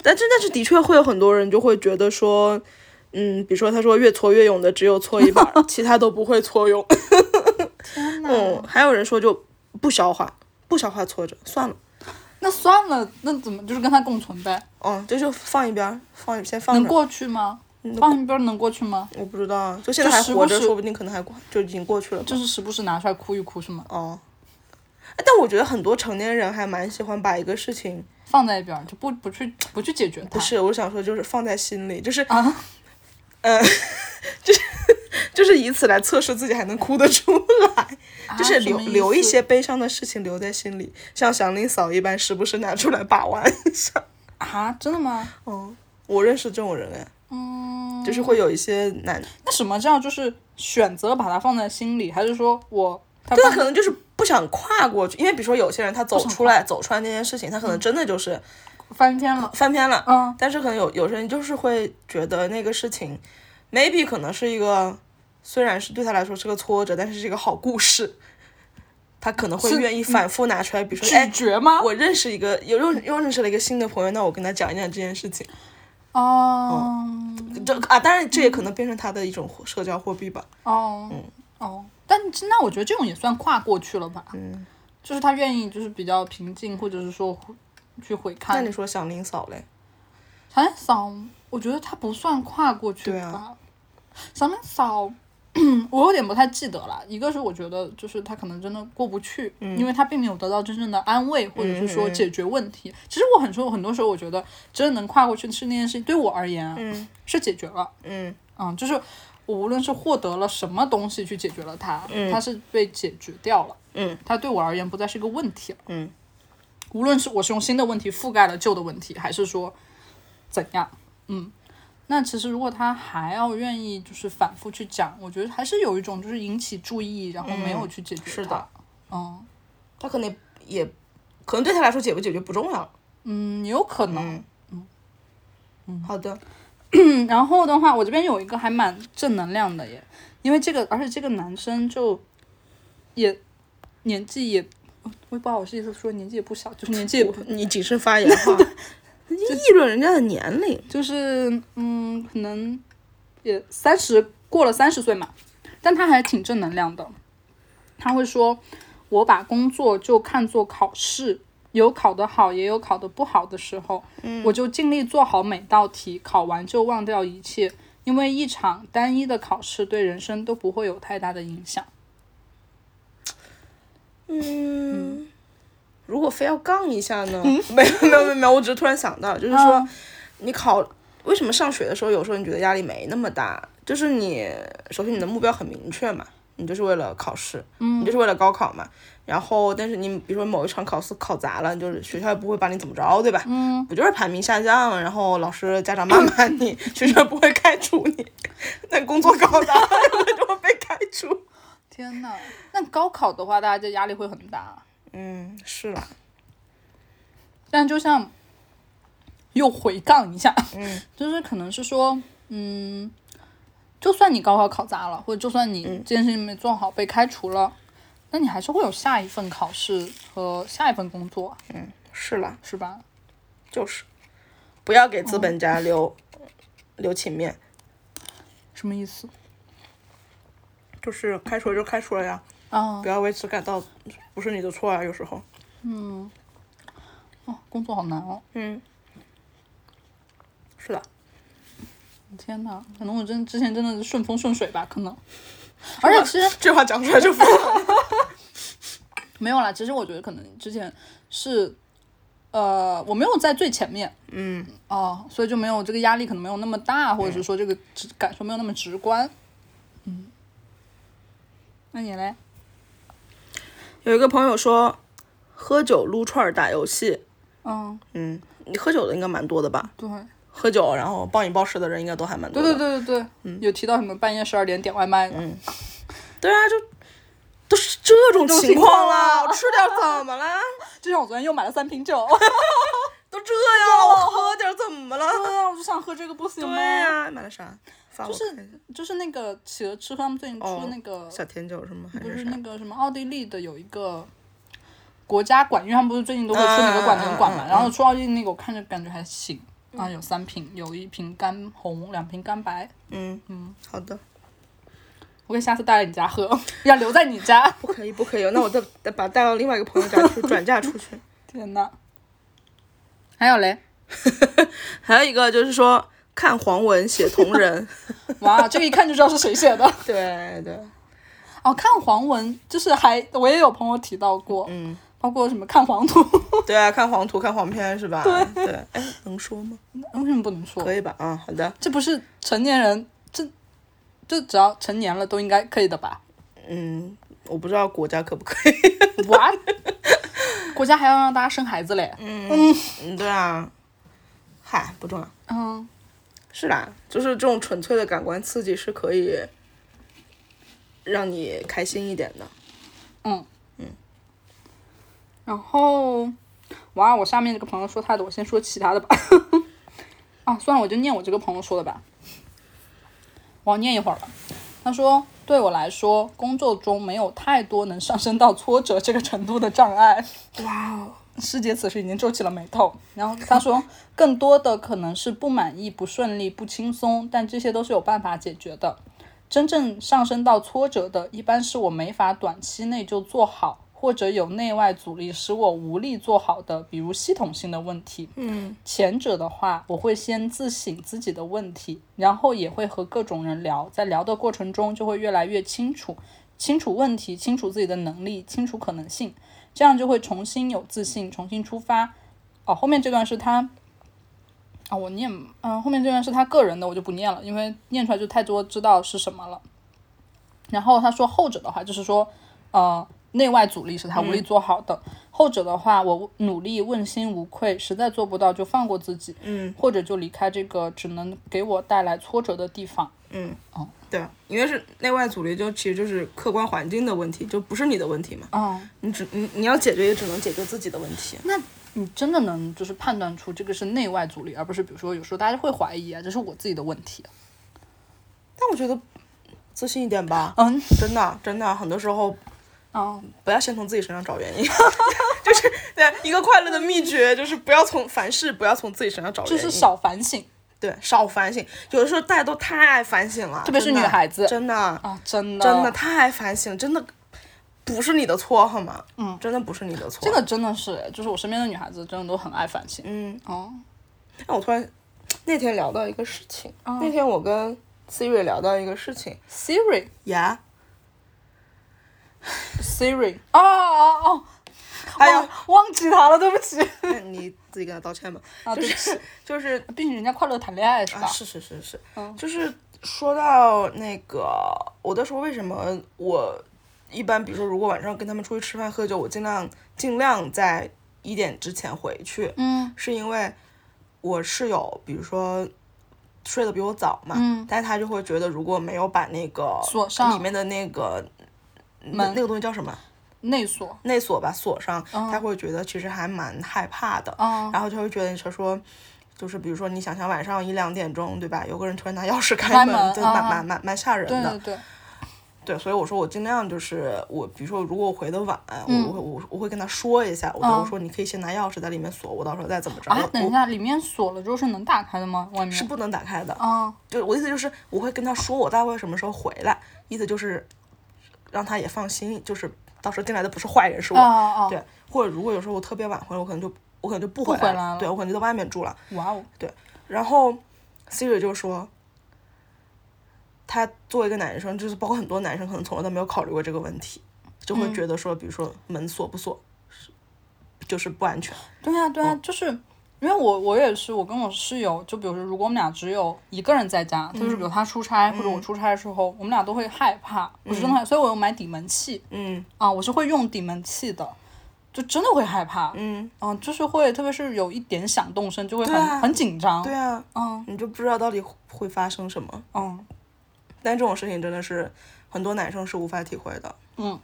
但真但是的确会有很多人就会觉得说，嗯，比如说他说越挫越勇的只有挫一半儿， 其他都不会挫勇。 天哪！嗯，还有人说就不消化，不消化挫折，算了。那算了，那怎么就是跟他共存呗？嗯，这就放一边儿，放先放能着。过去吗？放一边能过去吗？我不知道啊，就现在就还时活不着，时说不定可能还过就已经过去了吧。就是时不时拿出来哭一哭是吗？哦，哎但我觉得很多成年人还蛮喜欢把一个事情，放在一边儿就不不去不去解决它。不是，我想说就是放在心里，就是啊，就是以此来测试自己还能哭得出来，啊 就是什留么意留一思些悲伤的事情留在心里，像祥林嫂一般，时不时拿出来把玩一下。啊，真的吗？嗯， 我认识这种人哎，嗯，就是会有一些男，那什么叫就是选择把它放在心里，还是说我他对他放可能就是不想跨过去，因为比如说有些人他走出来走出来那件事情，他可能真的就是翻篇了？翻篇了。嗯，但是可能有有些人就是会觉得那个事情，maybe 可能是一个，虽然是对他来说是个挫折，但是是一个好故事，他可能会是嗯愿意反复拿出来，比如说，拒哎，绝吗？我认识一个，又又又认识了一个新的朋友，那我跟他讲一讲这件事情，哦这啊，当然这也可能变成他的一种社交货币吧。哦嗯哦，但是那我觉得这种也算跨过去了吧？嗯，就是他愿意就是比较平静，或者是说去回那看你。说祥林嫂嘞？小林嫂，我觉得他不算跨过去对吧。啊小林嫂。 我有点不太记得了，一个是我觉得就是他可能真的过不去，嗯因为他并没有得到真正的安慰，或者是说解决问题。其实我很说很多时候，我觉得真的能跨过去是那件事情，对我而言啊，嗯是解决了，嗯嗯，就是我无论是获得了什么东西去解决了它，嗯它是被解决掉了，嗯它对我而言不再是一个问题了。嗯，无论是我是用新的问题覆盖了旧的问题，还是说怎样，嗯，那其实如果他还要愿意就是反复去讲，我觉得还是有一种就是引起注意，然后没有去解决它。是的，嗯他可能也，可能对他来说解不解决不重要。嗯，有可能。好的，嗯然后的话，我这边有一个还蛮正能量的耶，因为这个，而且这个男生就也年纪也，哦我也不好意思说年纪也不小，就是年纪也不你谨慎发言 哈，你议论人家的年龄。就是嗯，可能也三十过了三十岁嘛，但他还挺正能量的。他会说：“我把工作就看作考试，有考得好，也有考得不好的时候。我就尽力做好每道题，考完就忘掉一切，因为一场单一的考试对人生都不会有太大的影响。嗯，如果非要杠一下呢？ 没有没有没有没有，我只是突然想到，就是说、你考为什么上学的时候，有时候你觉得压力没那么大，就是你首先你的目标很明确嘛，你就是为了考试，你就是为了高考嘛。然后，但是你比如说某一场考试考砸了，就是学校也不会把你怎么着，对吧？嗯，不就是排名下降，然后老师家长骂骂你，学校也不会开除你。 但工作搞砸了， 为什么被开除？”天呐，那高考的话，大家就压力会很大。啊嗯，是啦，但就像又回杠一下，嗯， 就是可能是说，嗯，就算你高考考砸了，或者就算你这件事情没做好被开除了，那你还是会有下一份考试和下一份工作，啊嗯是啦。是吧？就是，不要给资本家留、留情面，什么意思？就是开除了就开除了呀，啊，不要为此感到不是你的错啊，有时候。哦，工作好难哦！嗯，是的，天呐，可能我真之前真的是顺风顺水吧，可能。而且其 实这话讲出来就疯了。没有啦，其实我觉得可能之前是，呃，我没有在最前面，嗯，哦，所以就没有这个压力，可能没有那么大，或者是说这个直感受没有那么直观，嗯，那你嘞？有一个朋友说，喝酒撸串儿打游戏，嗯，嗯，你喝酒的应该蛮多的吧？对，喝酒然后暴饮暴食的人应该都还蛮多对的。对对对对，嗯、有提到什么半夜十二点点外卖的，嗯、对啊，就都是这种种情情况况啊了，了我吃点怎么了？就像我昨天又买了三瓶酒，都这样了，我喝点怎么了？对啊，我就想喝这个不行对吗？呀、买了啥？发我啊就是看一下就是那个企鹅吃喝他们最近出哦那个小甜酒是吗？还不是是啥那？个什么奥地利的有一个国家馆，因为他们不是最近都会出哪个馆哪个馆嗯嗯嘛，嗯嗯然后出奥地利那个我看着感觉还行，啊有三瓶，有一瓶干红，两瓶干白，嗯嗯，好的，我可以下次带来你家喝， 要留在你家。 不可以，不可以，那我再再把它带到另外一个朋友家去转嫁出去。天呐，还有嘞， 还有一个就是说看黄文写同人，哇，这个一看就知道是谁写的。 对对，哦，看黄文就是还我也有朋友提到过，嗯，包括什么看黄图， 对啊，看黄图看黄片是吧？对对，哎，能说吗？为什么不能说？可以吧？啊，好的，这不是成年人，这这只要成年了都应该可以的吧？嗯，我不知道国家可不可以。哇， 国家还要让大家生孩子嘞。 嗯，对啊，嗨，不重要。嗯，是啦，就是这种纯粹的感官刺激是可以让你开心一点的。嗯嗯然后，哇，我下面这个朋友说他的，我先说其他的吧。 啊，算了，我就念我这个朋友说的吧。我要念一会儿了。他说，对我来说，工作中没有太多能上升到挫折这个程度的障碍。哇哦，师姐此时已经皱起了眉头。然后她说，更多的可能是不满意、不顺利、不轻松，但这些都是有办法解决的。真正上升到挫折的，一般是我没法短期内就做好，或者有内外阻力使我无力做好的，比如系统性的问题。嗯，前者的话，我会先自省自己的问题，然后也会和各种人聊，在聊的过程中就会越来越清楚，清楚问题，清楚自己的能力，清楚可能性，这样就会重新有自信，重新出发。哦，后面这段是他，啊、我念，嗯、后面这段是他个人的，我就不念了，因为念出来就太多知道是什么了。然后他说后者的话，就是说，呃，内外阻力是他无嗯力做好的。后者的话，我努力问心无愧，实在做不到就放过自己，嗯，或者就离开这个只能给我带来挫折的地方。对啊，因为是内外阻力，就其实就是客观环境的问题，就不是你的问题嘛。嗯，你只你你要解决，也只能解决自己的问题。那你真的能就是判断出这个是内外阻力，而不是比如说有时候大家会怀疑啊，这是我自己的问题。啊但我觉得自信一点吧，嗯，真的真的，很多时候哦，不要先从自己身上找原因， 就是对一个快乐的秘诀，就是不要从凡事不要从自己身上找原就因，是少反省对少反省。有的时候大家都太爱反省了，特别是真的女孩子真的啊，真的真的太爱反省，真的不是你的错，好吗？嗯，真的不是你的错。这个真的是，就是我身边的女孩子真的都很爱反省。嗯，哦，那我突然那天聊到一个事情，哦那天我跟 Siri 聊到一个事情 Siri 呀 Siri，哦哦哦，哎呀忘，忘记他了，对不起。 那你自己跟他道歉吧。啊，对不起， 就是 毕竟人家快乐谈恋爱是吧啊，？是是是是，嗯就是说到那个，我在说为什么我一般，比如说如果晚上跟他们出去吃饭喝酒，我尽量尽量在一点之前回去，嗯是因为我室友，比如说。睡得比我早嘛，嗯但是他就会觉得如果没有把那个锁上里面的那个那门嗯那个东西叫什么内锁。内锁吧锁上，他会觉得其实还蛮害怕的，哦然后就会觉得你说说，就是比如说你想想晚上一两点钟，对吧？有个人突然拿钥匙开开门对，啊蛮蛮蛮蛮吓人对对的。对，对，所以我说我尽量就是我，比如说如果我回的晚，嗯我我我我会跟他说一下，我就嗯我说你可以先拿钥匙在里面锁，我到时候再怎么着。啊，等一我下，里面锁了之后是能打开的吗？外面是不能打开的，啊，就我意思就是我会跟他说我大概什么时候回来，意思就是让他也放心，就是到时候进来的不是坏人是我。哦哦，对，或者如果有时候我特别晚回来，我可能就我可能就不不回回来了，来了对我可能就在外面住了。哇哦，然后 Siri 就说，他作为一个男生，就是包括很多男生可能从来都没有考虑过这个问题，就嗯会觉得说，比如说门锁不锁，是就是不安全。对啊对哦啊，就是因为我我也是，我跟我室友，就比如说如果我们俩只有一个人在家，就是比如他出差或者嗯我出差的时候，我们俩都会害怕，我是真的害，所以我有买底门器嗯啊，我是会用底门器的。就真的会害怕，嗯，嗯，就是会，特别是有一点响动声，就会很、对啊很紧张。对啊，嗯你就不知道到底会发生什么。嗯，但这种事情真的是很多男生是无法体会的。嗯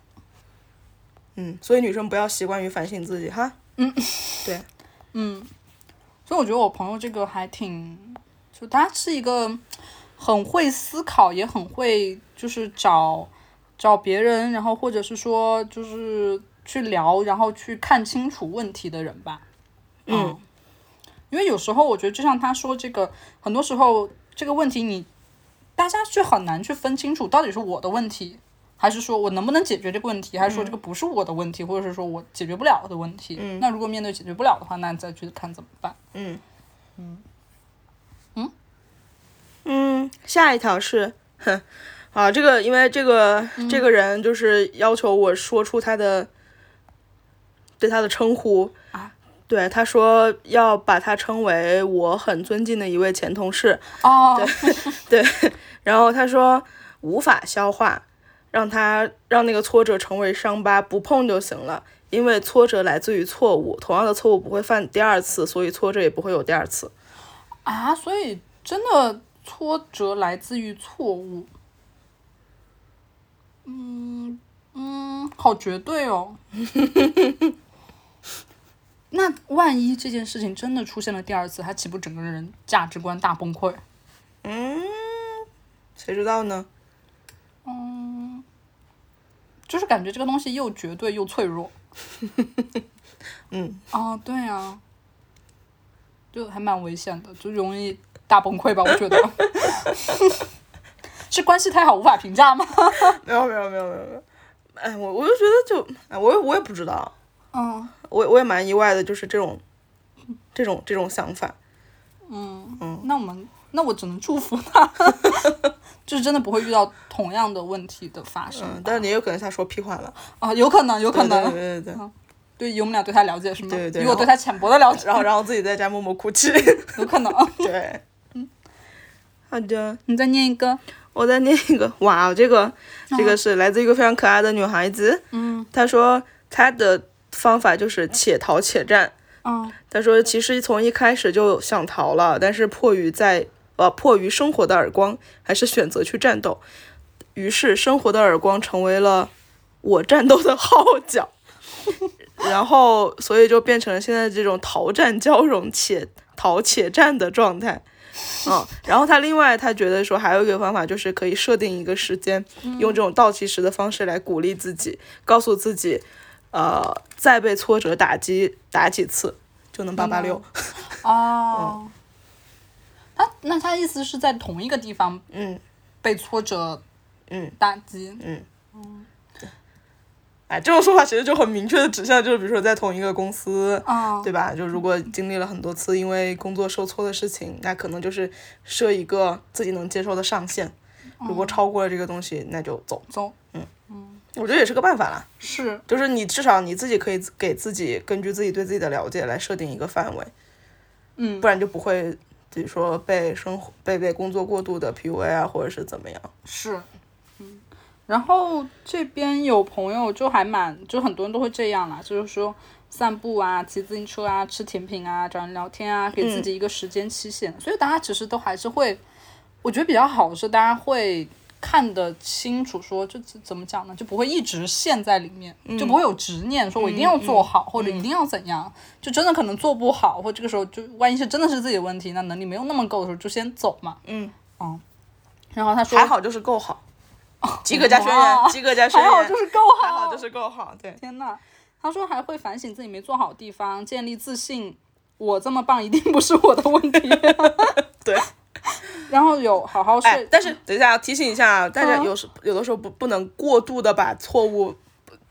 嗯，所以女生不要习惯于反省自己哈。嗯 所以我觉得我朋友这个还挺，就他是一个很会思考，也很会就是找找别人，然后或者是说就是去聊，然后去看清楚问题的人吧。嗯因为有时候我觉得，就像他说这个，很多时候这个问题你大家却很难去分清楚到底是我的问题还是说我能不能解决这个问题，还是说这个不是我的问题，或者是说我解决不了的问题？那如果面对解决不了的话，那你再去看怎么办。嗯嗯嗯，下一条是，哼，啊，这个因为这个、嗯这个人就是要求我说出他的对他的称呼啊，对他说要把他称为我很尊敬的一位前同事，哦，然后他说无法消化，让他让那个挫折成为伤疤，不碰就行了。因为挫折来自于错误，同样的错误不会犯第二次，所以挫折也不会有第二次。啊，所以真的挫折来自于错误。嗯嗯，好绝对哦。 那万一这件事情真的出现了第二次，他岂不整个人价值观大崩溃？谁知道呢？就是感觉这个东西又绝对又脆 弱。嗯。哦，对啊，就还蛮危险的，就容易大崩溃吧？我觉得。 是关系太好无法评价吗？没有没有没有没有没有，哎，我我就觉得就，哎，我也我也不知道，嗯我我也蛮意外的，就是这种，这种这种想法，嗯，那我们那我只能祝福他， 就是真的不会遇到同样的问题的发生嗯，但是你也有可能他说屁话了，啊，有可能，有可对能，对对对对，对于我们俩对他了解是吗？对对以我对他浅薄的了解，然后然后自己在家默默哭泣，有可能。 对，好的，你再念一个，我在念一个，哇， 这个这个是来自一个非常可爱的女孩子，嗯她说她的方法就是且逃且战，嗯她说其实从一开始就想逃了，但是迫于在呃迫于生活的耳光，还是选择去战斗，于是生活的耳光成为了我战斗的号角。 然后，所以就变成了现在这种逃战交融且逃且战的状态。嗯，然后他另外他觉得说还有一个方法就是可以设定一个时间，用这种倒计时的方式来鼓励自己，告诉自己，呃，再被挫折打击打几次就能八八六。哦，嗯他那他意思是在同一个地方嗯被挫折嗯，打击，哎，这种说法其实就很明确的指向，就是比如说在同一个公司，啊，对吧？就如果经历了很多次因为工作受挫的事情，那可能就是设一个自己能接受的上限，如果超过了这个东西，那就走。嗯嗯走嗯我觉得也是个办法啦。是就是你至少你自己可以自给自己根据自己对自己的了解来设定一个范围，嗯不然就不会，比如说被生活被被工作过度的 PUA 啊，或者是怎么样。是，嗯。然后这边有朋友就还蛮，就很多人都会这样啦，就是说散步啊、骑自行车啊、吃甜品啊、找人聊天啊，给自己一个时间期限。所以大家其实都还是会，我觉得比较好的是大家会看得清楚说，就怎怎么讲呢，就不会一直陷在里面，就不会有执念，说我一定要做好、或者一定要怎样，就真的可能做不好，或这个时候就万一是真的是自己的问题，那能力没有那么够的时候就先走嘛。嗯嗯。然后他说哦还好就是够好，及格加宣言，哇及格加宣还言，好就是够好，还好就是够好，对， 天呐，他说还会反省自己没做好的地方，建立自信。我这么棒，一定不是我的问题。 对。然后有好好睡，哎，但是等一下提醒一下大家嗯有时有的时候不不能过度的把错误。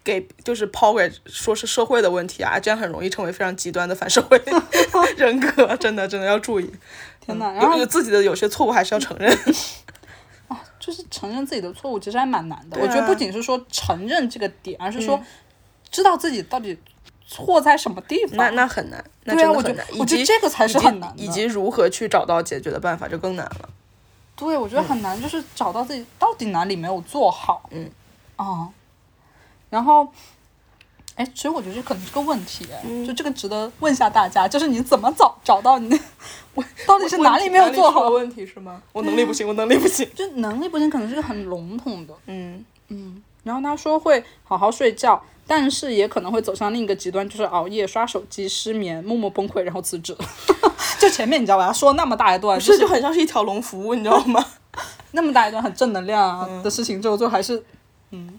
给就是抛给说是社会的问题啊，这样很容易成为非常极端的反社会 人格，真的真的要注 意。天呐，嗯嗯然有后嗯有自己的有些错误还是要承认。就是承认自己的错误，其实还蛮难的。对啊嗯我觉得不仅是说承认这个点，而是说知道自己到底错在什么地方。那那很难，那对真啊，的我觉很得难。我以觉得及这个才以是及很难的。以及如何去找到解决的办法就更难了。对，我觉得很难，就是找到自己到底哪里没有做好。嗯，哦，然后，哎，其实我觉得这可能是个问题，就这个值得问一下大家，就是你怎么找找到你，我到底是哪里没有做好？问题是吗？我能力不行，我能力不行。就能力不行，可能是个很笼统的。嗯，然后他说会好好睡觉，但是也可能会走向另一个极端，就是熬夜、刷手机、失眠、默默崩溃，然后辞职。就前面你知道吧，说那么大一啊段，就这是就很像是一条龙服务，你知道 吗？那么大一段很正能量啊、的事情之后，就还是嗯，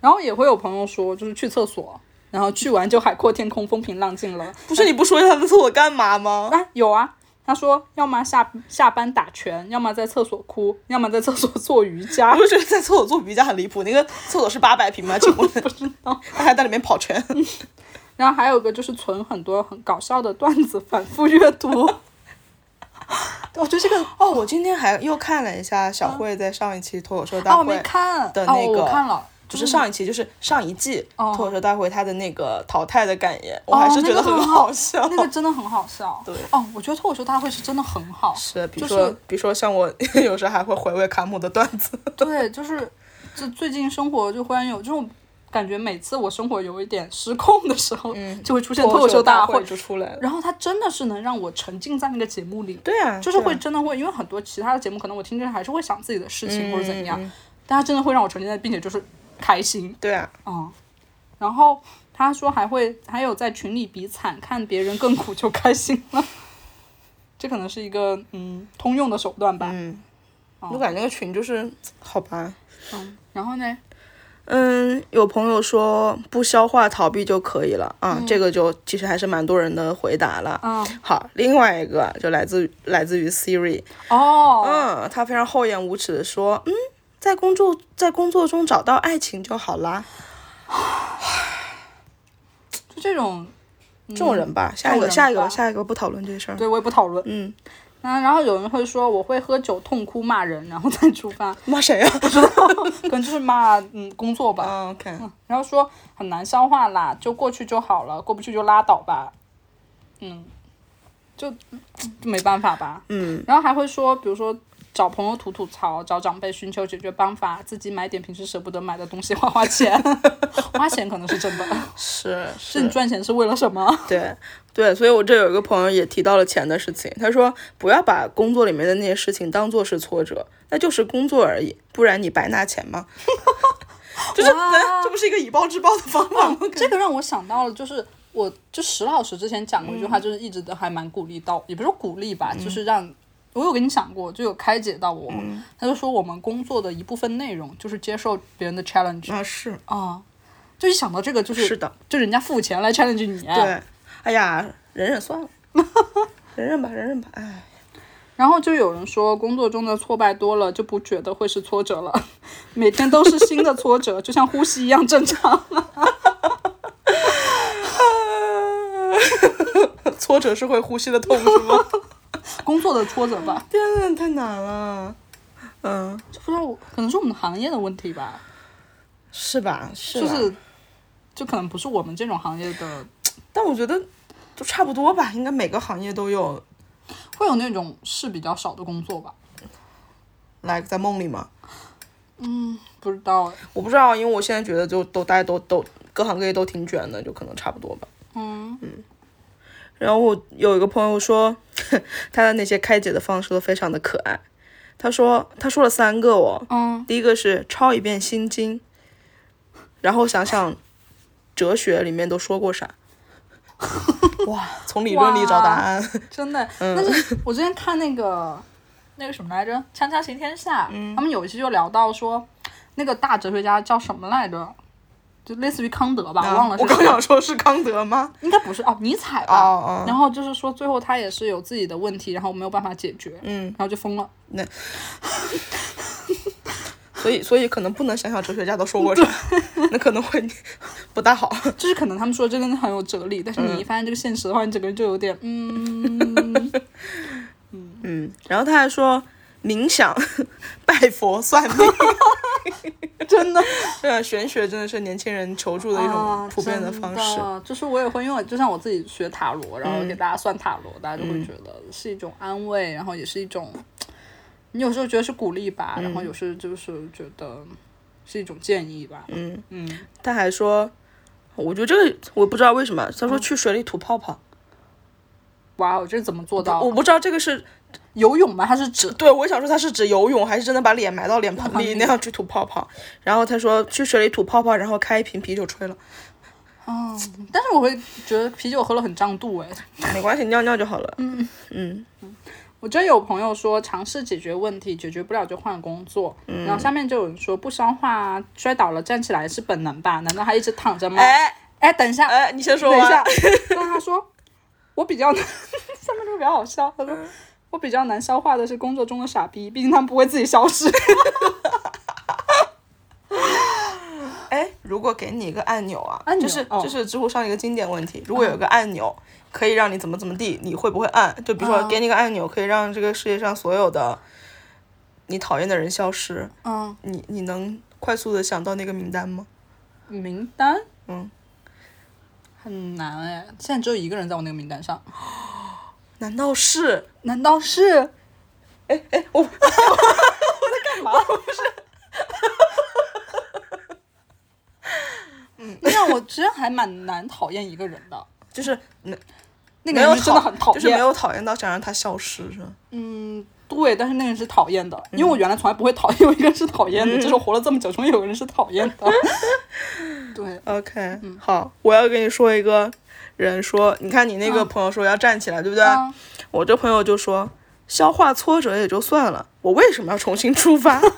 然后也会有朋友说，就是去厕所，然后去完就海阔天空、风平浪静了。不是你不说一下他的错我干嘛吗？啊，有啊，他说，要么下下班打拳，要么在厕所哭，要么在厕所做瑜伽。我觉得在厕所做瑜伽很离谱，那个厕所是八百平 吗？请问？不知道。他还在里面跑圈。嗯然后还有个就是存很多很搞笑的段子，反复阅读。我觉得这个哦，我今天还又看了一下小慧在上一期脱口 秀大哦，我会没看的那哦，个我看 了，就是上一期，就是上一季哦脱口秀大会他的那个淘汰的感言，我还是觉得很好笑。那个真的很好笑。对哦，我觉得脱口秀大会是真的很好，是，比就如是说，比如说像我 有时候还会回味卡姆的段 子。对，就是就最近生活就忽然有这种感觉，每次我生活有一点失控的时候，就会出现嗯脱口秀大会就出来了。然后它真的是能让我沉浸在那个节目里，对啊，就是对啊会真的会，因为很多其他的节目可能我听着还是会想自己的事情或者怎样，但它真的会让我沉浸在，并且就是开心，对啊，嗯。然后他说还会还有在群里比惨，看别人更苦就开心了，这可能是一个嗯通用的手段吧，嗯，哦我感觉那个群就是好吧。嗯。然后呢，嗯，有朋友说不消化逃避就可以了啊，这个就其实还是蛮多人的回答了。嗯，好，另外一个就来自来自于 Siri，哦，嗯，他非常厚颜无耻的说，嗯，在工作在工作中找到爱情就好啦。就这种，这种人吧，下一嗯这种个人下一吧个下一个不讨论这事儿。对我也不讨论。嗯，那然后有人会说我会喝酒痛哭骂人，然后再出发，骂谁啊可能就是骂嗯工作吧。啊？OK，然后说很难消化啦，就过去就好了，过不去就拉倒吧。嗯，就就没办法吧。嗯，然后还会说，比如说找朋友吐吐槽，找长辈寻求解决办法，自己买点平时舍不得买的东西花花钱。 花钱可能是真的，是是你赚钱是为了什么？对对，所以我这有一个朋友也提到了钱的事情，他说不要把工作里面的那些事情当做是挫折，那就是工作而已，不然你白拿钱吗？ 就是哇咱 这不是一个以暴制暴的方法吗？ 这个让我想到了，就是我就石老师之前讲过一句话，就是一直都还蛮鼓励到，也不是鼓励吧，就是让我有跟你讲过，就有开解到我。他就说我们工作的一部分内容就是接受别人的 challenge 啊是啊，就一想到这个就是的，就人家付钱来 challenge 你。对。对，哎呀，忍忍 算了，忍忍吧，忍忍吧， 哎，然后就有人说，工作中的挫败多了就不觉得会是挫折了， 每天都是新的挫折，就像呼吸一样正常。 挫折是会呼吸的痛是吗？工作的挫折吧， 天呐，太难了，嗯，就不知道我可能是我们行业的问题吧。是吧？是就吧是，就可能不是我们这种行业的，但我觉得都差不多吧，应该每个行业都有会有那种事比较少的工作吧？ ，like 在梦里嘛。不知道哎，我不知道，因为我现在觉得就都大家都都各行各业都挺卷的，就可能差不多吧。嗯，然后我有一个朋友说， 他的那些开解的方式都非常的可爱。他说他说了三个哦，嗯，第一个是抄一遍《心经》，然后想想哲学里面都说过 啥。哇，从理论里找答案。真的。嗯但是我之前看那个那个什么来着，《锵锵行天下》，嗯他们有一期就聊到说，那个大哲学家叫什么来着？就类似于康德吧，我忘了啊我是刚谁，想说是康德吗？应该不是哦，尼采哦吧。哦，然后就是说，最后他也是有自己的问题，然后没有办法解决，嗯，然后就疯了。所以所以可能不能想想哲学家都说过啥，那可能会 不大好。就是可能他们说这个真的很有哲理，但是你一发现这个现实的话，你整个人就有点嗯，嗯，然后他还说冥想、拜佛、算命， 真的这玄学真的是年轻人求助的一种啊普遍的真方式。嗯就是我也会，因为我就像我自己学塔罗，然后给大家算塔罗，大家就会觉得是一种安慰，然后也是一种，你有时候觉得是鼓励吧，嗯然后有时就是觉得是一种建议吧。嗯嗯，他还说，我觉得这个我不知道为什么，他说去水里吐泡泡，哇哦，这是怎么做到？我不知道这个是游泳吗？它是指对我想说他是指游泳还是真的把脸埋到脸盆里那样去吐泡泡。嗯然后他说去水里吐泡泡，然后开一瓶啤酒吹了，哦，但是我会觉得啤酒喝了很胀肚哎。没关系，尿尿就好了。嗯我真有朋友说尝试解决问题，解决不了就换工作。嗯然后下面就有人说不消化啊，摔倒了站起来是本能吧？难道还一直躺着吗？哎哎，等一下，哎，你先说等一完下。，让他说，我比较，下面这个比较好笑。他说我比较难消化的是工作中的傻逼，毕竟他们不会自己消失。哎，如果给你一个按钮啊，按钮就是哦就是知乎上一个经典问题，如果有一个按钮可以让你怎么怎么地，你会不会按？就比如说哦给你一个按钮，可以让这个世界上所有的你讨厌的人消失，嗯，你你能快速的想到那个名单吗？名单嗯，很难哎，现在只有一个人在我那个名单上，难道是？难道是？哎哎， 我干嘛？不是。嗯，让我其实还蛮难讨厌一个人的，就是没嗯那没个有人是真的很讨就是没厌。有讨厌到想让他消失是吧？嗯，对，但是那个人是讨厌的，嗯因为我原来从来不会讨厌有一个人是讨厌的，就是我活了这么久，终于有个人是讨厌 的。对， OK，、好，我要跟你说一个人说，你看你那哦个朋友说要站起来，对不对？啊，我这朋友就说，消化挫折也就算了，我为什么要重新出发？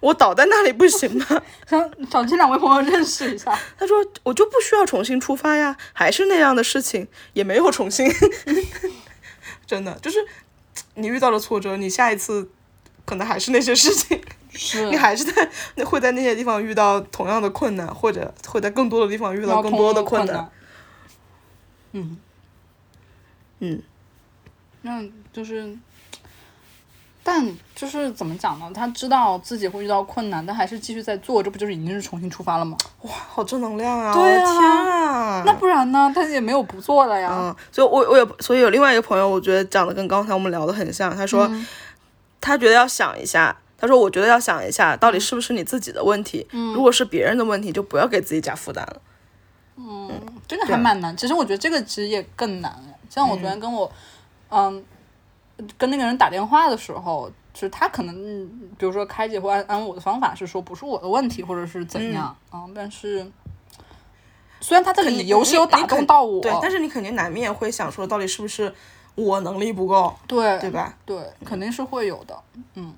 我倒在那里不行吗？ 想找这两位朋友认识一下。他说我就不需要重新出发呀，还是那样的事情，也没有重新。 真的就是，你遇到了挫折，你下一次可能还是那些事情。 是你还是在那会在那些地方遇到同样的困难，或者会在更多的地方遇要到更多的通困过困难。。嗯嗯，那就是，但就是怎么讲呢？他知道自己会遇到困难，但还是继续在做，这不就是已经是重新出发了吗？好正能量啊！对我的啊天啊！那不然呢？他也没有不做了呀。嗯，所以我我也所以有另外一个朋友，我觉得讲的跟刚才我们聊的很像。他说、他觉得要想一下，他说我觉得要想一下，到底是不是你自己的问题？如果是别人的问题，就不要给自己加负担了。这个还蛮难。其实我觉得这个其实也更难。像我昨天跟我，嗯，跟那个人打电话的时候，就是他可能，嗯比如说开解或安安慰我的方法是说不是我的问题，或者是怎样嗯啊、但是虽然他这个理由是有你你打你肯动到我，对，但是你肯定难免会想说，到底是不是我能力不够，对对吧？对，肯定是会有的。嗯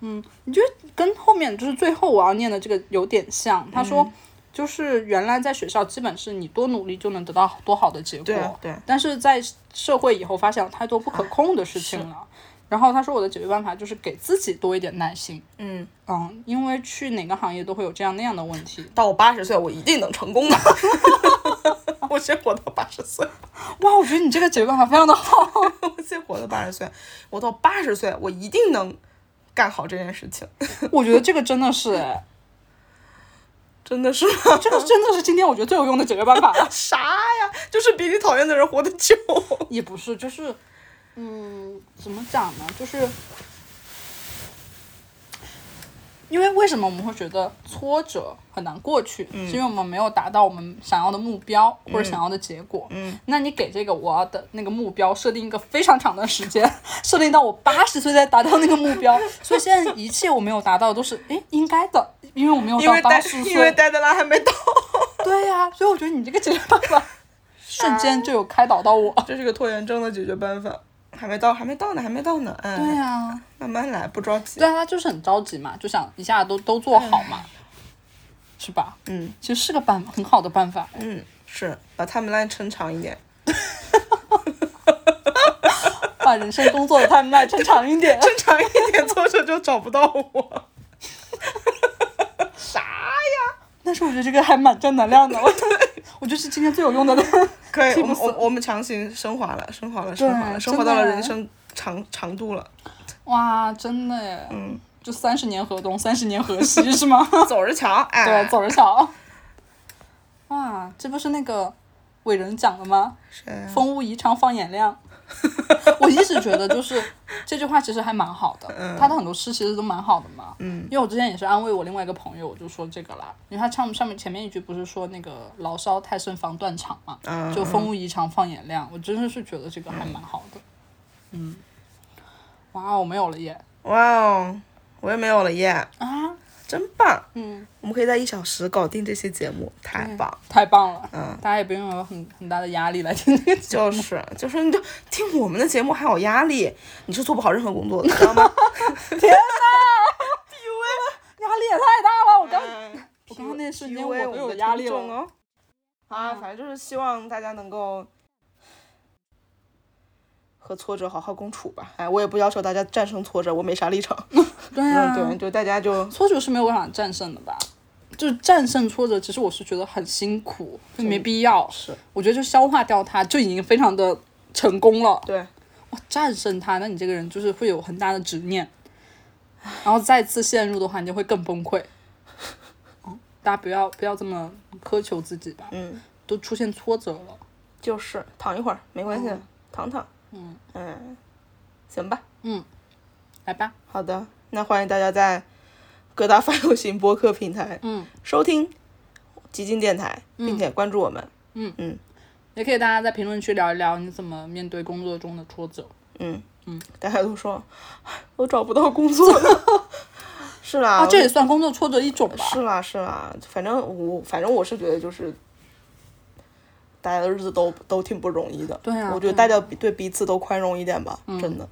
嗯，你觉得跟后面就是最后我要念的这个有点像？他说。就是原来在学校，基本是你多努力就能得到多好的结果。对啊对啊但是在社会以后，发现有太多不可控的事情了。然后他说我的解决办法就是给自己多一点耐心。嗯，嗯，因为去哪个行业都会有这样那样的问题。到我八十岁，我一定能成功 的。我先活到八十岁，哇，我觉得你这个解决办法非常的好。我先活到八十岁，我到八十岁，我一定能干好这件事情。我觉得这个真的是，哎真的是吗？ 这个真的是今天我觉得最有用的解决办法了。啥呀？就是比你讨厌的人活得久。也不是，就是，嗯，怎么讲呢？就是，因为为什么我们会觉得挫折很难过去，嗯是因为我们没有达到我们想要的目标或者想要的结果。嗯，那你给这个我的那个目标设定一个非常长的时间， 设定到我八十岁再达到那个目标，所以现在一切我没有达到的都是诶应该的，因为我没有因为哦到八戴十因为岁。戴德拉还没到，对呀、所以我觉得你这个解决办 法瞬间就有开导到我。这是个拖延症的解决办法。还没到，还没到呢，还没到呢。对嗯，呀、慢慢来，不着急对。啊，他就是很着急嘛，就想一下都都做好嘛，是吧？嗯其实是个办很好的办法。嗯，是把他们来抻长一点，把人生工作的 t i m 抻长一点。抻长一点，作者就找不到我。啥呀？ 但是我觉得这个还蛮正能量的，我 我觉得是今天最有用的 了。可以，替我补们死我我们强行升华了，升华了，升华了，对升华到了真的人生长长度 了。哇，真的耶！嗯，就三十年河东，三十年河西，是吗？走着瞧，哎，对，走着瞧。哇，这不是那个伟人讲的吗？谁呀？风物宜昌放眼量。 我一直觉得就是这句话其实还蛮好的，嗯他的很多诗其实都蛮好的嘛。嗯，因为我之前也是安慰我另外一个朋友，我就说这个啦，因为他唱上面前面一句不是说那个牢骚太盛防断肠嘛，嗯就风物宜常放眼量，我真的是觉得这个还蛮好的。嗯，哇，我没有了耶哇哦，我也没有了耶，啊，真棒。嗯，我们可以在一小时搞定这期节目，太棒！太棒了，嗯，大家也不用有很很大的压力来听这个节目。就是就是，你就听我们的节目还有压力，你是做不好任何工作的，知道吗？天哪！压力也太大 了，我哎刚嗯我刚刚那瞬间 PUA 我我都有们的压听力众哦了哦。啊，嗯反正就是希望大家能够和挫折好好共处吧。哎，我也不要求大家战胜挫折，我没啥立场。对呀、嗯，对，就大家 就挫折是没有办法战胜的吧？就是战胜挫折，其实我是觉得很辛苦，就没必要。是，我觉得就消化掉它，就已经非常的成功了。对，哇，战胜它，那你这个人就是会有很大的执念，然后再次陷入的话，你就会更崩溃。嗯，大家不要不要这么苛求自己吧。嗯，都出现挫折了，就是躺一会儿没关系，的，躺躺。嗯嗯，行吧。来吧，好的，那欢迎大家在各大泛用型播客平台，嗯，收听极尽电台，并且关注我们。也可以大家在评论区聊一聊你怎么面对工作中的挫折。嗯嗯，大家都说 唉我找不到工作 了。是啦，啊，这也算工作挫折一种吧？是啦是啦，反正我反正我是觉得就是，大家的日子都都挺不容易的。对啊嗯我觉得对啊大家比对彼此都宽容一点吧，真的。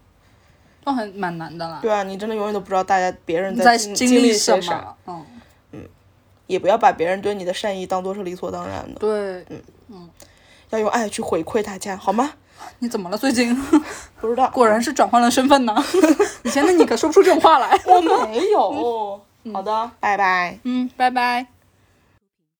都很蛮难的啦。对啊，你真的永远都不知道大家别人你在经经历什些啥，么？嗯，也不要把别人对你的善意当做是理所当然的，对，嗯要用爱去回馈大家，好吗？你怎么了？最近 不知道，果然是转换了身份呢。 以前的你可说不出这种话来。 嗯我没有。好的，拜拜。嗯，拜拜。